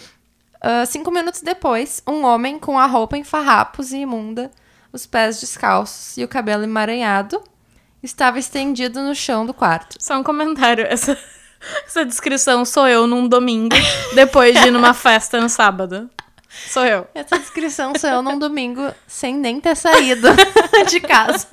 Speaker 2: Ah, cinco minutos depois, um homem com a roupa em farrapos e imunda, os pés descalços e o cabelo emaranhado, estava estendido no chão do quarto.
Speaker 1: Só um comentário. Essa, essa descrição sou eu num domingo, depois de ir numa festa no sábado. Sou eu.
Speaker 2: Essa descrição sou eu num domingo sem nem ter saído de casa.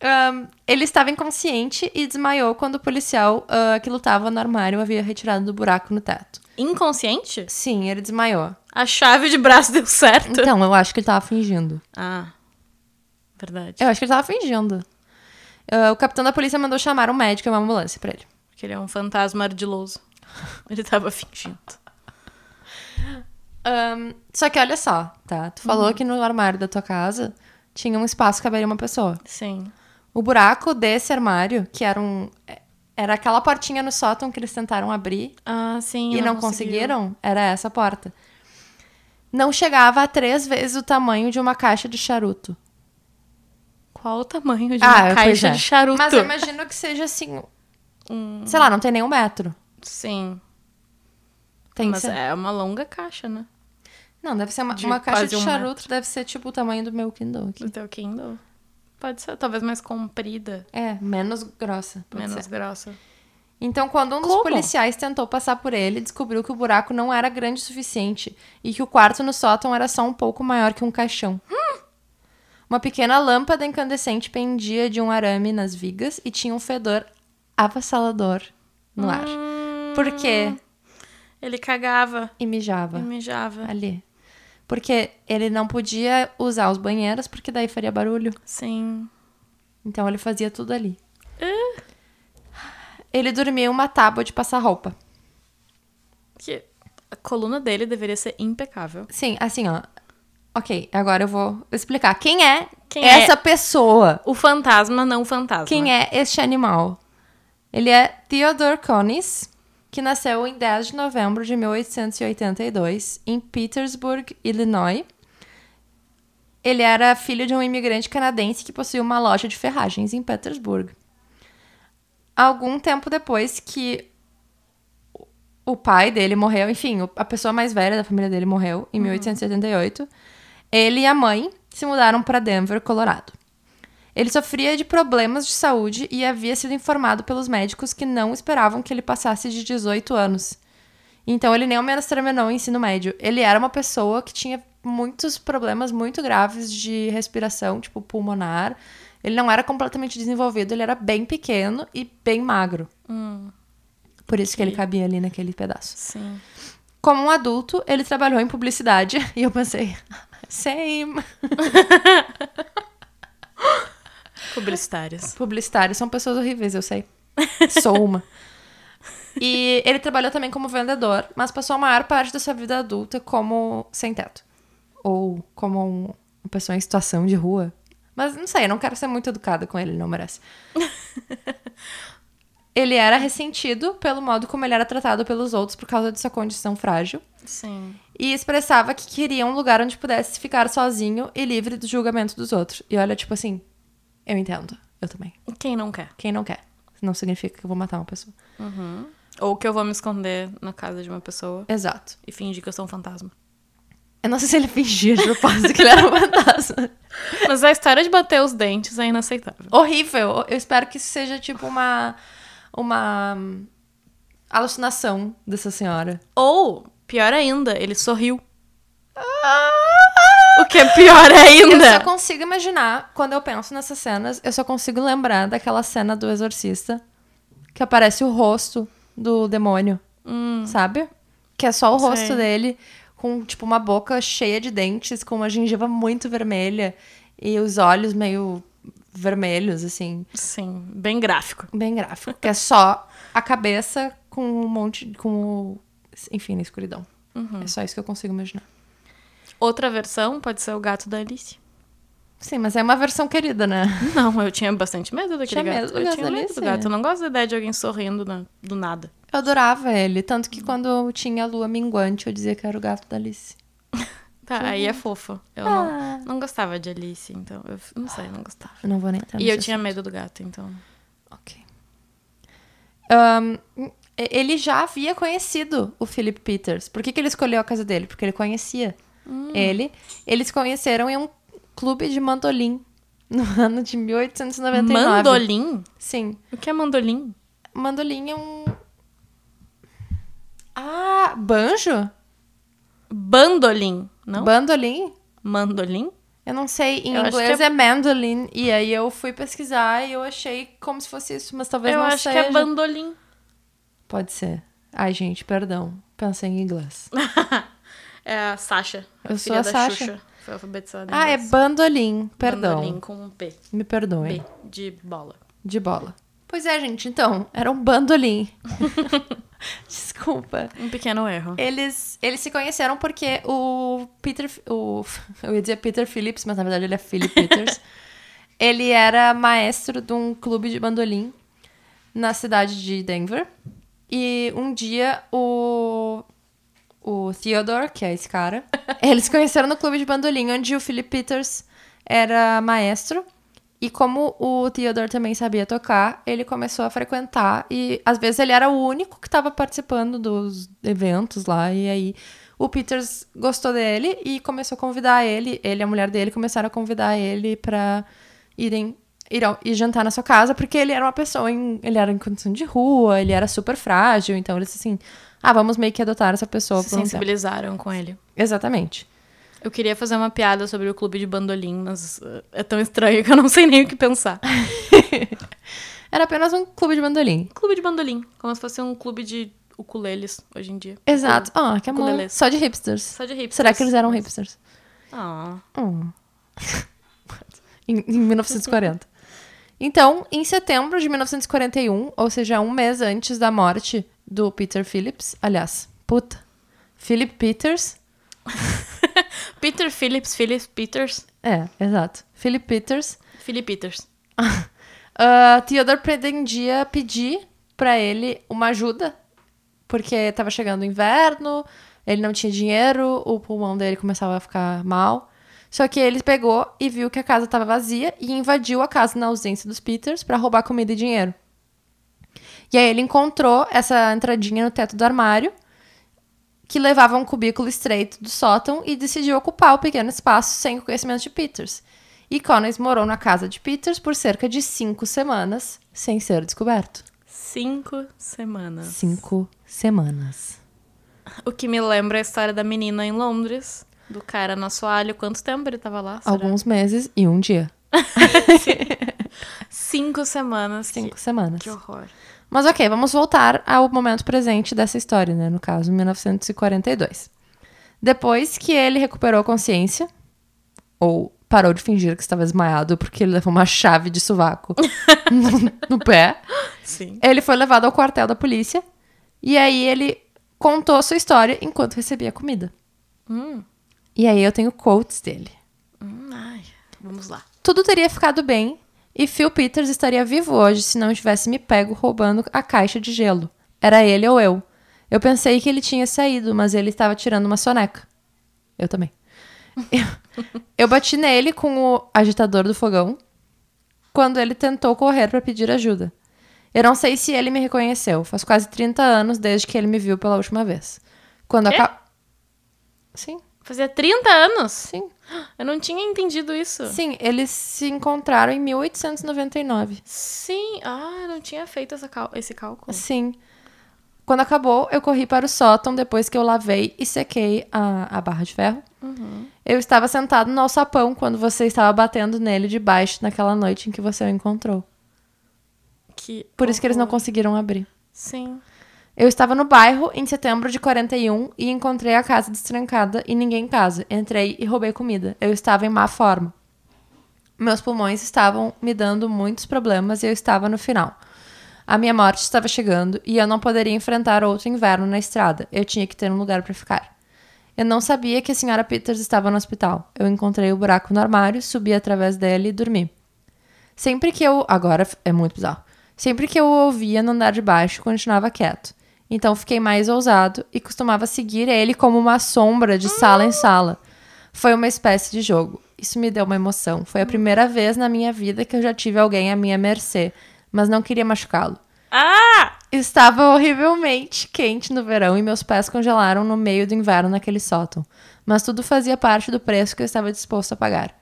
Speaker 2: Ahn, ele estava inconsciente e desmaiou quando o policial ah, que lutava no armário havia retirado do buraco no teto.
Speaker 1: Inconsciente?
Speaker 2: Sim, ele desmaiou.
Speaker 1: A chave de braço deu certo.
Speaker 2: Então, eu acho que ele tava fingindo.
Speaker 1: Ah, verdade.
Speaker 2: Eu acho que ele tava fingindo. Ah, o capitão da polícia mandou chamar um médico e uma ambulância pra ele.
Speaker 1: Porque ele é um fantasma ardiloso. Ele tava fingindo.
Speaker 2: Ahn, só que olha só, tá? Tu
Speaker 1: Uhum.
Speaker 2: falou que no armário da tua casa tinha um espaço que caberia uma pessoa.
Speaker 1: Sim.
Speaker 2: O buraco desse armário, que era um. Era aquela portinha no sótão que eles tentaram abrir
Speaker 1: Ah, sim.
Speaker 2: e
Speaker 1: ela
Speaker 2: não
Speaker 1: conseguiu.
Speaker 2: conseguiram, era essa porta. Não chegava a três vezes o tamanho de uma caixa de charuto.
Speaker 1: Qual o tamanho de
Speaker 2: Ah,
Speaker 1: uma
Speaker 2: pois
Speaker 1: caixa
Speaker 2: é.
Speaker 1: de charuto?
Speaker 2: Mas eu imagino que seja assim. Sei lá, não tem nem um metro.
Speaker 1: Sim.
Speaker 2: Tem
Speaker 1: mas
Speaker 2: que ser-
Speaker 1: é uma longa caixa, né?
Speaker 2: Não, deve ser uma,
Speaker 1: de
Speaker 2: uma caixa
Speaker 1: quase
Speaker 2: de
Speaker 1: um
Speaker 2: charuto, deve ser tipo o tamanho do meu Kindle aqui.
Speaker 1: Do teu Kindle. Pode ser talvez mais comprida,
Speaker 2: É, menos grossa. pode
Speaker 1: menos
Speaker 2: ser.
Speaker 1: grossa.
Speaker 2: Então, quando um dos
Speaker 1: Como?
Speaker 2: policiais tentou passar por ele, descobriu que o buraco não era grande o suficiente e que o quarto no sótão era só um pouco maior que um caixão. Uma pequena lâmpada incandescente pendia de um arame nas vigas e tinha um fedor avassalador no ar. Porque
Speaker 1: Ele cagava
Speaker 2: e mijava
Speaker 1: e mijava.
Speaker 2: ali. Porque ele não podia usar os banheiros, porque daí faria barulho.
Speaker 1: Sim.
Speaker 2: Então ele fazia tudo ali. Ele dormia em uma tábua de passar roupa.
Speaker 1: Que a coluna dele deveria ser impecável.
Speaker 2: Sim, assim, ó. Ok, agora eu vou explicar. Quem é
Speaker 1: Quem
Speaker 2: essa pessoa?
Speaker 1: O fantasma não fantasma.
Speaker 2: Quem é este animal? Ele é Theodore Conis, que nasceu em 10 de novembro de 1882 em Petersburg, Illinois. Ele era filho de um imigrante canadense que possuía uma loja de ferragens em Petersburg. Algum tempo depois que o pai dele morreu, enfim, o- a pessoa mais velha da família dele morreu em 1878. Ele e a mãe se mudaram para Denver, Colorado. Ele sofria de problemas de saúde e havia sido informado pelos médicos que não esperavam que ele passasse de 18 anos. Então ele nem ao menos terminou o ensino médio. Ele era uma pessoa que tinha muitos problemas muito graves de respiração, tipo pulmonar. Ele não era completamente desenvolvido, ele era bem pequeno e bem magro. Por isso que ele cabia ali naquele pedaço.
Speaker 1: Sim.
Speaker 2: Como um adulto, ele trabalhou em publicidade e eu pensei, same.
Speaker 1: Publicitárias.
Speaker 2: Publicitários são pessoas horríveis, eu sei. Sou uma. E ele trabalhou também como vendedor, mas passou a maior parte da sua vida adulta como sem teto. Ou como um- uma pessoa em situação de rua. Mas não sei, eu não quero ser muito educada com ele, ele não merece. Ele era ressentido pelo modo como ele era tratado pelos outros por causa de sua condição frágil.
Speaker 1: Sim.
Speaker 2: e expressava que queria um lugar onde pudesse ficar sozinho e livre do julgamento dos outros. E olha, tipo assim, eu entendo, eu também.
Speaker 1: Quem não quer?
Speaker 2: Quem não quer? Não significa que eu vou matar uma pessoa.
Speaker 1: Ou que eu vou me esconder na casa de uma pessoa
Speaker 2: Exato.
Speaker 1: e fingir que eu sou um fantasma.
Speaker 2: Eu não sei se ele fingia de propósito que ele era um fantasma.
Speaker 1: Mas a história de bater os dentes é inaceitável.
Speaker 2: Horrível. Eu espero que isso seja tipo uma. Uma. hum, alucinação dessa senhora.
Speaker 1: Ou, pior ainda, ele sorriu. O que é pior ainda?
Speaker 2: Ah! Eu só consigo imaginar, quando eu penso nessas cenas, eu só consigo lembrar daquela cena do Exorcista que aparece o rosto do demônio, sabe? Que é só o rosto
Speaker 1: Sei.
Speaker 2: dele com, tipo, uma boca cheia de dentes, com uma gengiva muito vermelha e os olhos meio vermelhos, assim.
Speaker 1: Sim, bem gráfico.
Speaker 2: Bem gráfico. Que é só a cabeça com um monte... com o... Enfim, na escuridão. É só isso que eu consigo imaginar.
Speaker 1: Outra versão pode ser o gato da Alice.
Speaker 2: Sim, mas é uma versão querida, né?
Speaker 1: Não, eu tinha bastante medo daquele
Speaker 2: Tinha
Speaker 1: gato.
Speaker 2: medo do
Speaker 1: eu
Speaker 2: gato
Speaker 1: tinha
Speaker 2: da
Speaker 1: medo
Speaker 2: Alice?
Speaker 1: do gato. Eu não gosto da ideia de alguém sorrindo na- do nada.
Speaker 2: Eu adorava ele, tanto que quando eu tinha a lua minguante, eu dizia que era o gato da Alice.
Speaker 1: Tá, aí é fofo. Eu
Speaker 2: Ah.
Speaker 1: não, não gostava de Alice, então. Eu f- não sei, não gostava.
Speaker 2: Eu não vou nem entrar
Speaker 1: E
Speaker 2: nesse
Speaker 1: eu tinha medo do gato, então.
Speaker 2: assunto. Ok. Ahn, e- ele já havia conhecido o Philip Peters. Por que, que ele escolheu a casa dele? Porque ele conhecia
Speaker 1: Hum.
Speaker 2: ele. Eles conheceram em um clube de mandolim no ano de 1899.
Speaker 1: Mandolim?
Speaker 2: Sim.
Speaker 1: O que é mandolim?
Speaker 2: Mandolim é um. Ah, banjo?
Speaker 1: Bandolim, não?
Speaker 2: Bandolim?
Speaker 1: Mandolim?
Speaker 2: Eu não sei, em
Speaker 1: Eu acho
Speaker 2: inglês
Speaker 1: que
Speaker 2: é...
Speaker 1: é-
Speaker 2: mandolin. E aí eu fui pesquisar e eu achei como se fosse isso, mas talvez
Speaker 1: Eu
Speaker 2: não
Speaker 1: acho
Speaker 2: seja.
Speaker 1: que é bandolim.
Speaker 2: Pode ser. Ai, gente, perdão. Pensei em inglês.
Speaker 1: É a Sasha.
Speaker 2: Eu
Speaker 1: filha
Speaker 2: sou
Speaker 1: da
Speaker 2: a Sasha.
Speaker 1: Xuxa. Foi alfabetizada. em
Speaker 2: Ah, é
Speaker 1: inglês.
Speaker 2: bandolim. Perdão.
Speaker 1: Bandolim com um P.
Speaker 2: Me perdoem.
Speaker 1: B de bola.
Speaker 2: De bola. Pois é, gente, então, era um bandolim. Desculpa.
Speaker 1: Um pequeno erro.
Speaker 2: Eles, eles se conheceram porque o Peter. O, eu ia dizer Peter Phillips, mas na verdade ele é Philip Peters. ele era maestro de um clube de bandolim na cidade de Denver. E um dia o. O Theodore, que é esse cara, eles se conheceram no clube de bandolim, onde o Philip Peters era maestro. E como o Theodore também sabia tocar, ele começou a frequentar e às vezes ele era o único que estava participando dos eventos lá e aí o Peters gostou dele e começou a convidar ele, ele e a mulher dele começaram a convidar ele para irem ir, ao- ir jantar na sua casa, porque ele era uma pessoa em ele era em condição de rua, ele era super frágil, então eles assim, ah, vamos meio que adotar essa pessoa
Speaker 1: Se
Speaker 2: por um tempo."
Speaker 1: sensibilizaram com ele.
Speaker 2: Exatamente.
Speaker 1: Eu queria fazer uma piada sobre o clube de bandolim, mas uh, é tão estranho que eu não sei nem o que pensar.
Speaker 2: Era apenas um clube de bandolim.
Speaker 1: Clube de bandolim, como se fosse um clube de ukuleles hoje em dia.
Speaker 2: Exato. Ah, que amor.
Speaker 1: Ukulele.
Speaker 2: Só de hipsters.
Speaker 1: Só de hipsters.
Speaker 2: Será que eles eram hipsters?
Speaker 1: Ah,
Speaker 2: Hum. em, em 1940. Então, em setembro de 1941, ou seja, um mês antes da morte do Peter Phillips, aliás, puta, Philip Peters,
Speaker 1: Peter Phillips, Phillips Peters.
Speaker 2: é, exato, Philip Peters,
Speaker 1: Philip Peters.
Speaker 2: ah, Theodore pretendia pedir pra ele uma ajuda, porque tava chegando o inverno, ele não tinha dinheiro, o pulmão dele começava a ficar mal. Só que ele pegou e viu que a casa tava vazia e invadiu a casa na ausência dos Peters pra roubar comida e dinheiro. E aí ele encontrou essa entradinha no teto do armário que levava a um cubículo estreito do sótão e decidiu ocupar o pequeno espaço sem o conhecimento de Peters. E Connors morou na casa de Peters por cerca de cinco semanas sem ser descoberto.
Speaker 1: Cinco semanas.
Speaker 2: Cinco semanas.
Speaker 1: O que me lembra a história da menina em Londres, do cara no assoalho. Quanto tempo ele tava lá? será?
Speaker 2: Alguns meses e um dia.
Speaker 1: Cinco semanas.
Speaker 2: Cinco
Speaker 1: Que,
Speaker 2: semanas.
Speaker 1: que horror.
Speaker 2: Mas ok, vamos voltar ao momento presente dessa história, né? No caso, 1942. Depois que ele recuperou a consciência, ou parou de fingir que estava desmaiado porque ele levou uma chave de sovaco no- no pé,
Speaker 1: Sim.
Speaker 2: ele foi levado ao quartel da polícia e aí ele contou a sua história enquanto recebia comida.
Speaker 1: Hum.
Speaker 2: E aí eu tenho quotes dele.
Speaker 1: Hum, ai. Vamos lá.
Speaker 2: Tudo teria ficado bem e Phil Peters estaria vivo hoje se não tivesse me pego roubando a caixa de gelo. Era ele ou eu. Eu pensei que ele tinha saído, mas ele estava tirando uma soneca. Eu também. Eu, eu bati nele com o agitador do fogão quando ele tentou correr para pedir ajuda. Eu não sei se ele me reconheceu. Faz quase 30 anos desde que ele me viu pela última vez. Quando
Speaker 1: Quê?
Speaker 2: acabou. Sim,
Speaker 1: Fazia 30 anos?
Speaker 2: sim.
Speaker 1: Eu não tinha entendido isso.
Speaker 2: Sim, eles se encontraram em 1899.
Speaker 1: Sim, ah, eu não tinha feito essa cal- esse cálculo.
Speaker 2: Sim. Quando acabou, eu corri para o sótão depois que eu lavei e sequei a, a barra de ferro. Eu estava sentado no alçapão quando você estava batendo nele de baixo naquela noite em que você o encontrou.
Speaker 1: Que
Speaker 2: Por isso que eles não
Speaker 1: horror.
Speaker 2: conseguiram abrir.
Speaker 1: Sim.
Speaker 2: Eu estava no bairro em setembro de 41 e encontrei a casa destrancada e ninguém em casa. Entrei e roubei comida. Eu estava em má forma. Meus pulmões estavam me dando muitos problemas e eu estava no final. A minha morte estava chegando e eu não poderia enfrentar outro inverno na estrada. Eu tinha que ter um lugar para ficar. Eu não sabia que a senhora Peters estava no hospital. Eu encontrei o buraco no armário, subi através dele e dormi. Sempre que eu. Agora f- é muito bizarro. Sempre que eu o ouvia no andar de baixo, continuava quieto. Então fiquei mais ousado e costumava seguir ele como uma sombra de sala em sala. Foi uma espécie de jogo. Isso me deu uma emoção. Foi a primeira vez na minha vida que eu já tive alguém à minha mercê, mas não queria machucá-lo.
Speaker 1: Ah!
Speaker 2: Estava horrivelmente quente no verão e meus pés congelaram no meio do inverno naquele sótão. Mas tudo fazia parte do preço que eu estava disposto a pagar.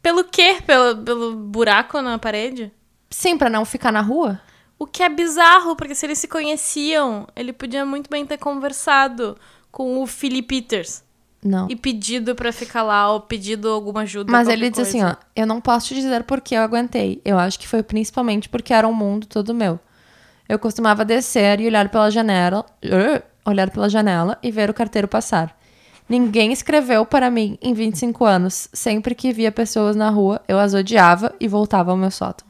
Speaker 1: Pelo quê? Pelo, pelo buraco na parede?
Speaker 2: Sim, pra não ficar na rua?
Speaker 1: O que é bizarro, porque se eles se conheciam, ele podia muito bem ter conversado com o Philip Peters.
Speaker 2: Não.
Speaker 1: E pedido pra ficar lá, ou pedido alguma ajuda.
Speaker 2: Mas
Speaker 1: qualquer
Speaker 2: ele diz
Speaker 1: coisa.
Speaker 2: assim, ó, eu não posso te dizer porque eu aguentei. Eu acho que foi principalmente porque era um mundo todo meu. Eu costumava descer e olhar pela janela, Ur, olhar pela janela e ver o carteiro passar. Ninguém escreveu para mim em 25 anos. Sempre que via pessoas na rua, eu as odiava e voltava ao meu sótão.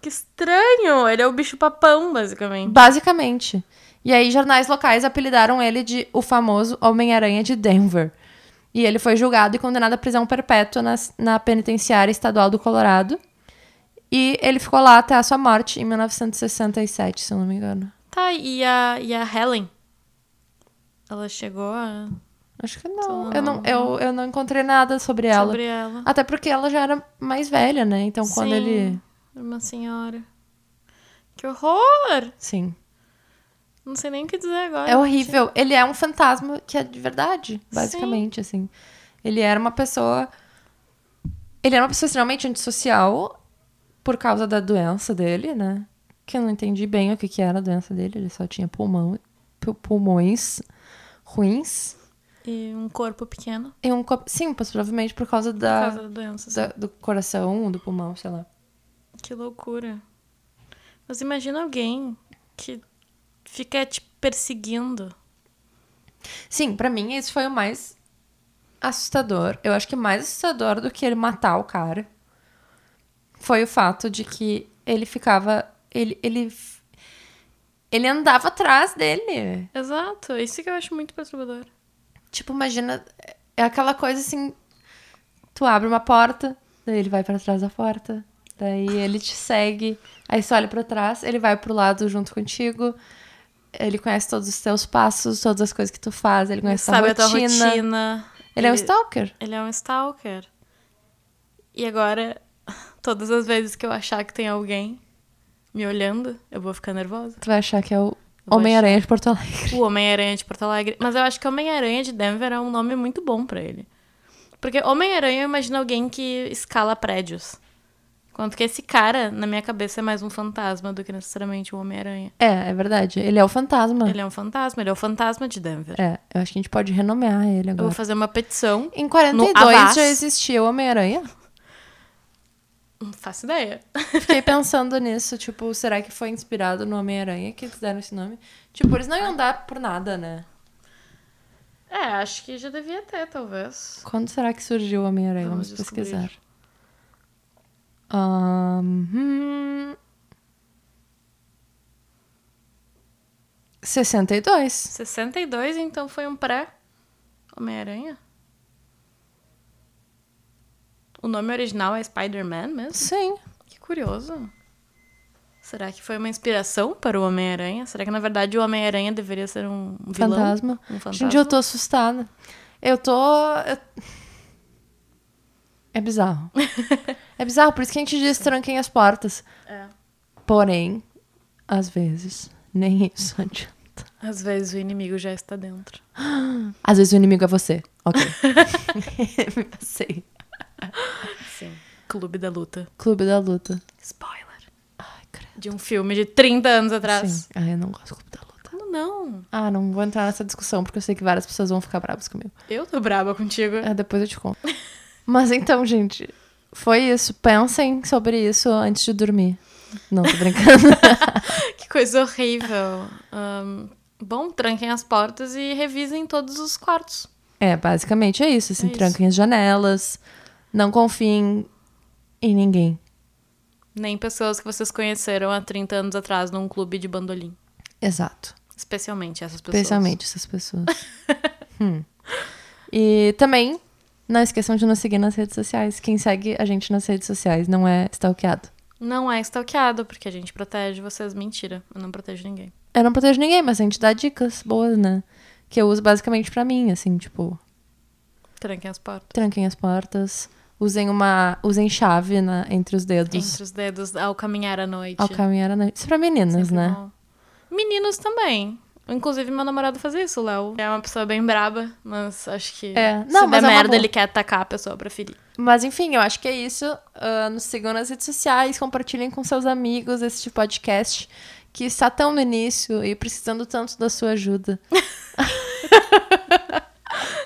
Speaker 1: Que estranho! Ele é o bicho papão, basicamente.
Speaker 2: Basicamente. E aí, jornais locais apelidaram ele de o famoso Homem-Aranha de Denver. E ele foi julgado e condenado à prisão perpétua na, na penitenciária estadual do Colorado. E ele ficou lá até a sua morte em 1967, se eu não me engano.
Speaker 1: Tá, e a, e a Helen? Ela chegou a...
Speaker 2: Acho que não. Eu não, eu, eu não encontrei nada sobre ela.
Speaker 1: Então, sobre ela.
Speaker 2: Até porque ela já era mais velha, né? Então, quando
Speaker 1: Sim,
Speaker 2: ele.
Speaker 1: Uma senhora. Que horror!
Speaker 2: Sim.
Speaker 1: Não sei nem o que dizer agora.
Speaker 2: É horrível. Ele é um fantasma que é de verdade, basicamente, assim. Ele era uma pessoa. Ele era uma pessoa extremamente antissocial por causa da doença dele, né? Que eu não entendi bem o que, que era a doença dele. Ele só tinha pulmão, pu- pulmões ruins.
Speaker 1: E um corpo pequeno,
Speaker 2: E um copo. Sim, mas provavelmente por causa
Speaker 1: por
Speaker 2: da,
Speaker 1: causa da doença.
Speaker 2: da- do coração, do pulmão, sei lá.
Speaker 1: Que loucura. Mas imagina alguém que fica te perseguindo.
Speaker 2: Sim, pra mim esse foi o mais assustador. Eu acho que mais assustador do que ele matar o cara foi o fato de que ele ficava. Ele. Ele, ele andava atrás dele.
Speaker 1: Exato, isso que eu acho muito perturbador.
Speaker 2: Tipo, imagina. É aquela coisa assim. Tu abre uma porta, daí ele vai pra trás da porta. Daí ele te segue. Aí você olha pra trás, ele vai pro lado junto contigo. Ele conhece todos os teus passos, todas as coisas que tu faz, ele conhece
Speaker 1: Sabe
Speaker 2: tua
Speaker 1: a tua rotina.
Speaker 2: Ele é um stalker.
Speaker 1: Ele é um stalker. E agora, todas as vezes que eu achar que tem alguém me olhando, eu vou ficar nervosa.
Speaker 2: Tu vai achar que é o
Speaker 1: vou
Speaker 2: Homem-Aranha de Porto Alegre.
Speaker 1: O Homem-Aranha de Porto Alegre. Mas eu acho que Homem-Aranha de Denver é um nome muito bom pra ele. Porque Homem-Aranha eu imagino alguém que escala prédios. Enquanto que esse cara, na minha cabeça, é mais um fantasma do que necessariamente um Homem-Aranha.
Speaker 2: É, é verdade. Ele é o fantasma.
Speaker 1: Ele é um fantasma, ele é o fantasma de Denver.
Speaker 2: É, eu acho que a gente pode renomear ele
Speaker 1: Eu vou
Speaker 2: agora.
Speaker 1: fazer uma petição.
Speaker 2: Em
Speaker 1: No
Speaker 2: 42
Speaker 1: Avast.
Speaker 2: já existia o Homem-Aranha.
Speaker 1: Não faço ideia.
Speaker 2: Fiquei pensando nisso, tipo, será que foi inspirado no Homem-Aranha que eles deram esse nome? Tipo, eles não iam dar por nada, né?
Speaker 1: É, acho que já devia ter, talvez.
Speaker 2: Quando será que surgiu o Homem-Aranha?
Speaker 1: Vamos
Speaker 2: Vamos,
Speaker 1: descobrir.
Speaker 2: pesquisar. Ahn, hum. 62.
Speaker 1: 62, então foi um pré Homem-Aranha? O nome original é Spider-Man mesmo?
Speaker 2: Sim.
Speaker 1: Que curioso. Será que foi uma inspiração para o Homem-Aranha? Será que na verdade o Homem-Aranha deveria ser um vilão?
Speaker 2: Fantasma.
Speaker 1: Um fantasma?
Speaker 2: Gente, eu tô assustada. Eu tô. eu- É bizarro. é bizarro, por isso que a gente diz tranquem as portas.
Speaker 1: É.
Speaker 2: Porém, às vezes, nem isso adianta.
Speaker 1: Às vezes o inimigo já está dentro.
Speaker 2: Às vezes o inimigo é você. Ok. Me passei.
Speaker 1: Sim. Clube da Luta.
Speaker 2: Clube da Luta.
Speaker 1: Spoiler.
Speaker 2: Ai, credo.
Speaker 1: De um filme de 30 anos atrás.
Speaker 2: Sim. Ai, eu não gosto do Clube da Luta.
Speaker 1: Como não?
Speaker 2: Ah, não vou entrar nessa discussão porque eu sei que várias pessoas vão ficar bravas comigo.
Speaker 1: Eu tô braba contigo.
Speaker 2: É, depois eu te conto. Mas então, gente, foi isso. Pensem sobre isso antes de dormir. Não, tô brincando.
Speaker 1: Que coisa horrível. Ahn, bom, tranquem as portas e revisem todos os quartos.
Speaker 2: é, basicamente é isso. Assim,
Speaker 1: É isso.
Speaker 2: tranquem as janelas. Não confiem em ninguém.
Speaker 1: Nem pessoas que vocês conheceram há 30 anos atrás num clube de bandolim.
Speaker 2: Exato.
Speaker 1: Especialmente essas pessoas.
Speaker 2: Especialmente essas pessoas. Hum. E também, não esqueçam de nos seguir nas redes sociais. Quem segue a gente nas redes sociais não é stalkeado.
Speaker 1: Não é stalkeado, porque a gente protege vocês. Mentira, eu não protejo ninguém.
Speaker 2: Eu não protejo ninguém, mas a gente dá dicas boas, né? Que eu uso basicamente pra mim, assim, tipo...
Speaker 1: Tranquem as portas.
Speaker 2: tranquem as portas, usem uma, usem chave na- entre os dedos
Speaker 1: Entre os dedos ao caminhar à noite.
Speaker 2: ao caminhar à noite. Isso pra meninas,
Speaker 1: Sempre
Speaker 2: né?
Speaker 1: é bom. Meninos também. Inclusive, meu namorado fazia isso, o Léo. É uma pessoa bem braba, mas acho que.
Speaker 2: É,
Speaker 1: se
Speaker 2: não, mas
Speaker 1: der
Speaker 2: é uma
Speaker 1: merda,
Speaker 2: boa.
Speaker 1: ele quer atacar a pessoa pra ferir.
Speaker 2: Mas enfim, eu acho que é isso. Ah, nos sigam nas redes sociais, compartilhem com seus amigos este podcast que está tão no início e precisando tanto da sua ajuda.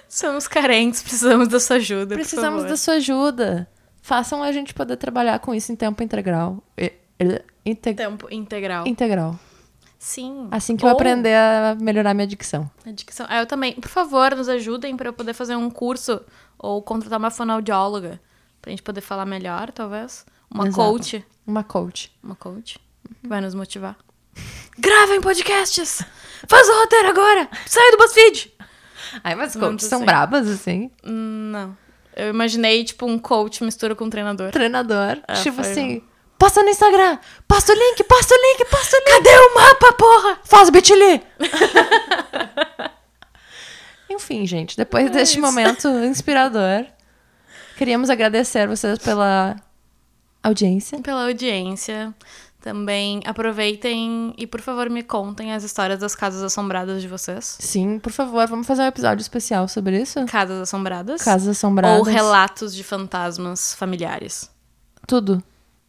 Speaker 1: Somos carentes, precisamos da sua ajuda.
Speaker 2: Precisamos
Speaker 1: por
Speaker 2: da
Speaker 1: favor.
Speaker 2: sua ajuda. Façam a gente poder trabalhar com isso em tempo integral. E- e- inte-
Speaker 1: tempo integral.
Speaker 2: Integral.
Speaker 1: Sim.
Speaker 2: Assim que
Speaker 1: Ou-
Speaker 2: eu aprender a melhorar minha dicção.
Speaker 1: A dicção. Ah, eu também. Por favor, nos ajudem para eu poder fazer um curso ou contratar uma fonoaudióloga pra gente poder falar melhor, talvez. Uma
Speaker 2: Exato.
Speaker 1: coach.
Speaker 2: Uma coach.
Speaker 1: Uma coach. Que vai nos motivar. Gravem podcasts! Faz o roteiro agora! Sai do BuzzFeed!
Speaker 2: Ai, mas
Speaker 1: Vamos
Speaker 2: coaches são
Speaker 1: assim.
Speaker 2: brabas, assim.
Speaker 1: Hum, Não. Eu imaginei, tipo, um coach mistura com um treinador.
Speaker 2: Treinador.
Speaker 1: Ah,
Speaker 2: tipo
Speaker 1: foi
Speaker 2: assim, posta no Instagram. Posta o link, posta o link, posta o link.
Speaker 1: Cadê o mapa, porra?
Speaker 2: Faz o bitly. Enfim, gente, depois deste momento inspirador, queríamos agradecer vocês pela audiência.
Speaker 1: Pela audiência. Também aproveitem e, por favor, me contem as histórias das casas assombradas de vocês.
Speaker 2: Sim, por favor, vamos fazer um episódio especial sobre isso?
Speaker 1: Casas assombradas.
Speaker 2: Casas assombradas.
Speaker 1: Ou relatos de fantasmas familiares.
Speaker 2: Tudo.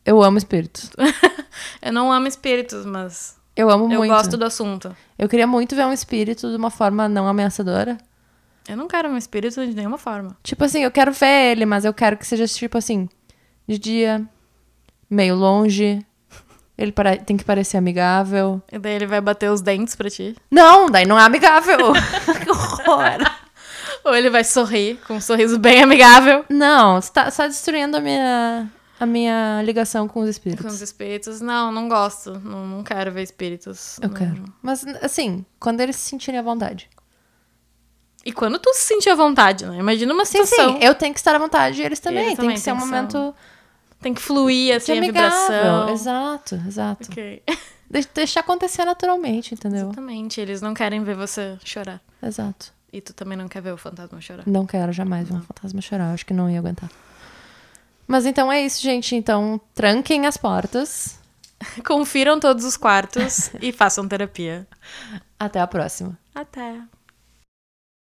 Speaker 2: Eu amo espíritos.
Speaker 1: eu não amo espíritos, mas
Speaker 2: Eu amo
Speaker 1: eu
Speaker 2: muito.
Speaker 1: gosto do assunto.
Speaker 2: Eu queria muito ver um espírito de uma forma não ameaçadora.
Speaker 1: Eu não quero um espírito de nenhuma forma.
Speaker 2: Tipo assim, eu quero ver ele, mas eu quero que seja tipo assim, de dia, meio longe. Ele para- tem que parecer amigável.
Speaker 1: E daí ele vai bater os dentes pra ti.
Speaker 2: Não, daí não é amigável. que horror.
Speaker 1: Ou ele vai sorrir com um sorriso bem amigável.
Speaker 2: Não, você tá, você tá destruindo a minha, a minha ligação com
Speaker 1: Com
Speaker 2: os
Speaker 1: os
Speaker 2: espíritos.
Speaker 1: espíritos. Não, não gosto. Não, não quero ver espíritos.
Speaker 2: Eu
Speaker 1: Não.
Speaker 2: quero. Mas assim, quando eles se sentirem à vontade.
Speaker 1: E quando tu se sentir à vontade, né? Imagina uma
Speaker 2: Sim,
Speaker 1: situação.
Speaker 2: sim, eu tenho que estar à vontade e eles também. tem
Speaker 1: também
Speaker 2: que ser
Speaker 1: têm
Speaker 2: um
Speaker 1: que ser
Speaker 2: momento
Speaker 1: Tem que fluir,
Speaker 2: de
Speaker 1: assim, a
Speaker 2: amigável.
Speaker 1: vibração.
Speaker 2: Exato, exato.
Speaker 1: Ok.
Speaker 2: De- deixar acontecer naturalmente, entendeu?
Speaker 1: Exatamente. Eles não querem ver você chorar.
Speaker 2: Exato.
Speaker 1: E tu também não quer ver o fantasma chorar.
Speaker 2: Não quero jamais ver um fantasma chorar, eu acho que não ia aguentar. Mas então é isso, gente. Então, tranquem as portas.
Speaker 1: Confiram todos os quartos e façam terapia.
Speaker 2: Até a próxima.
Speaker 1: Até.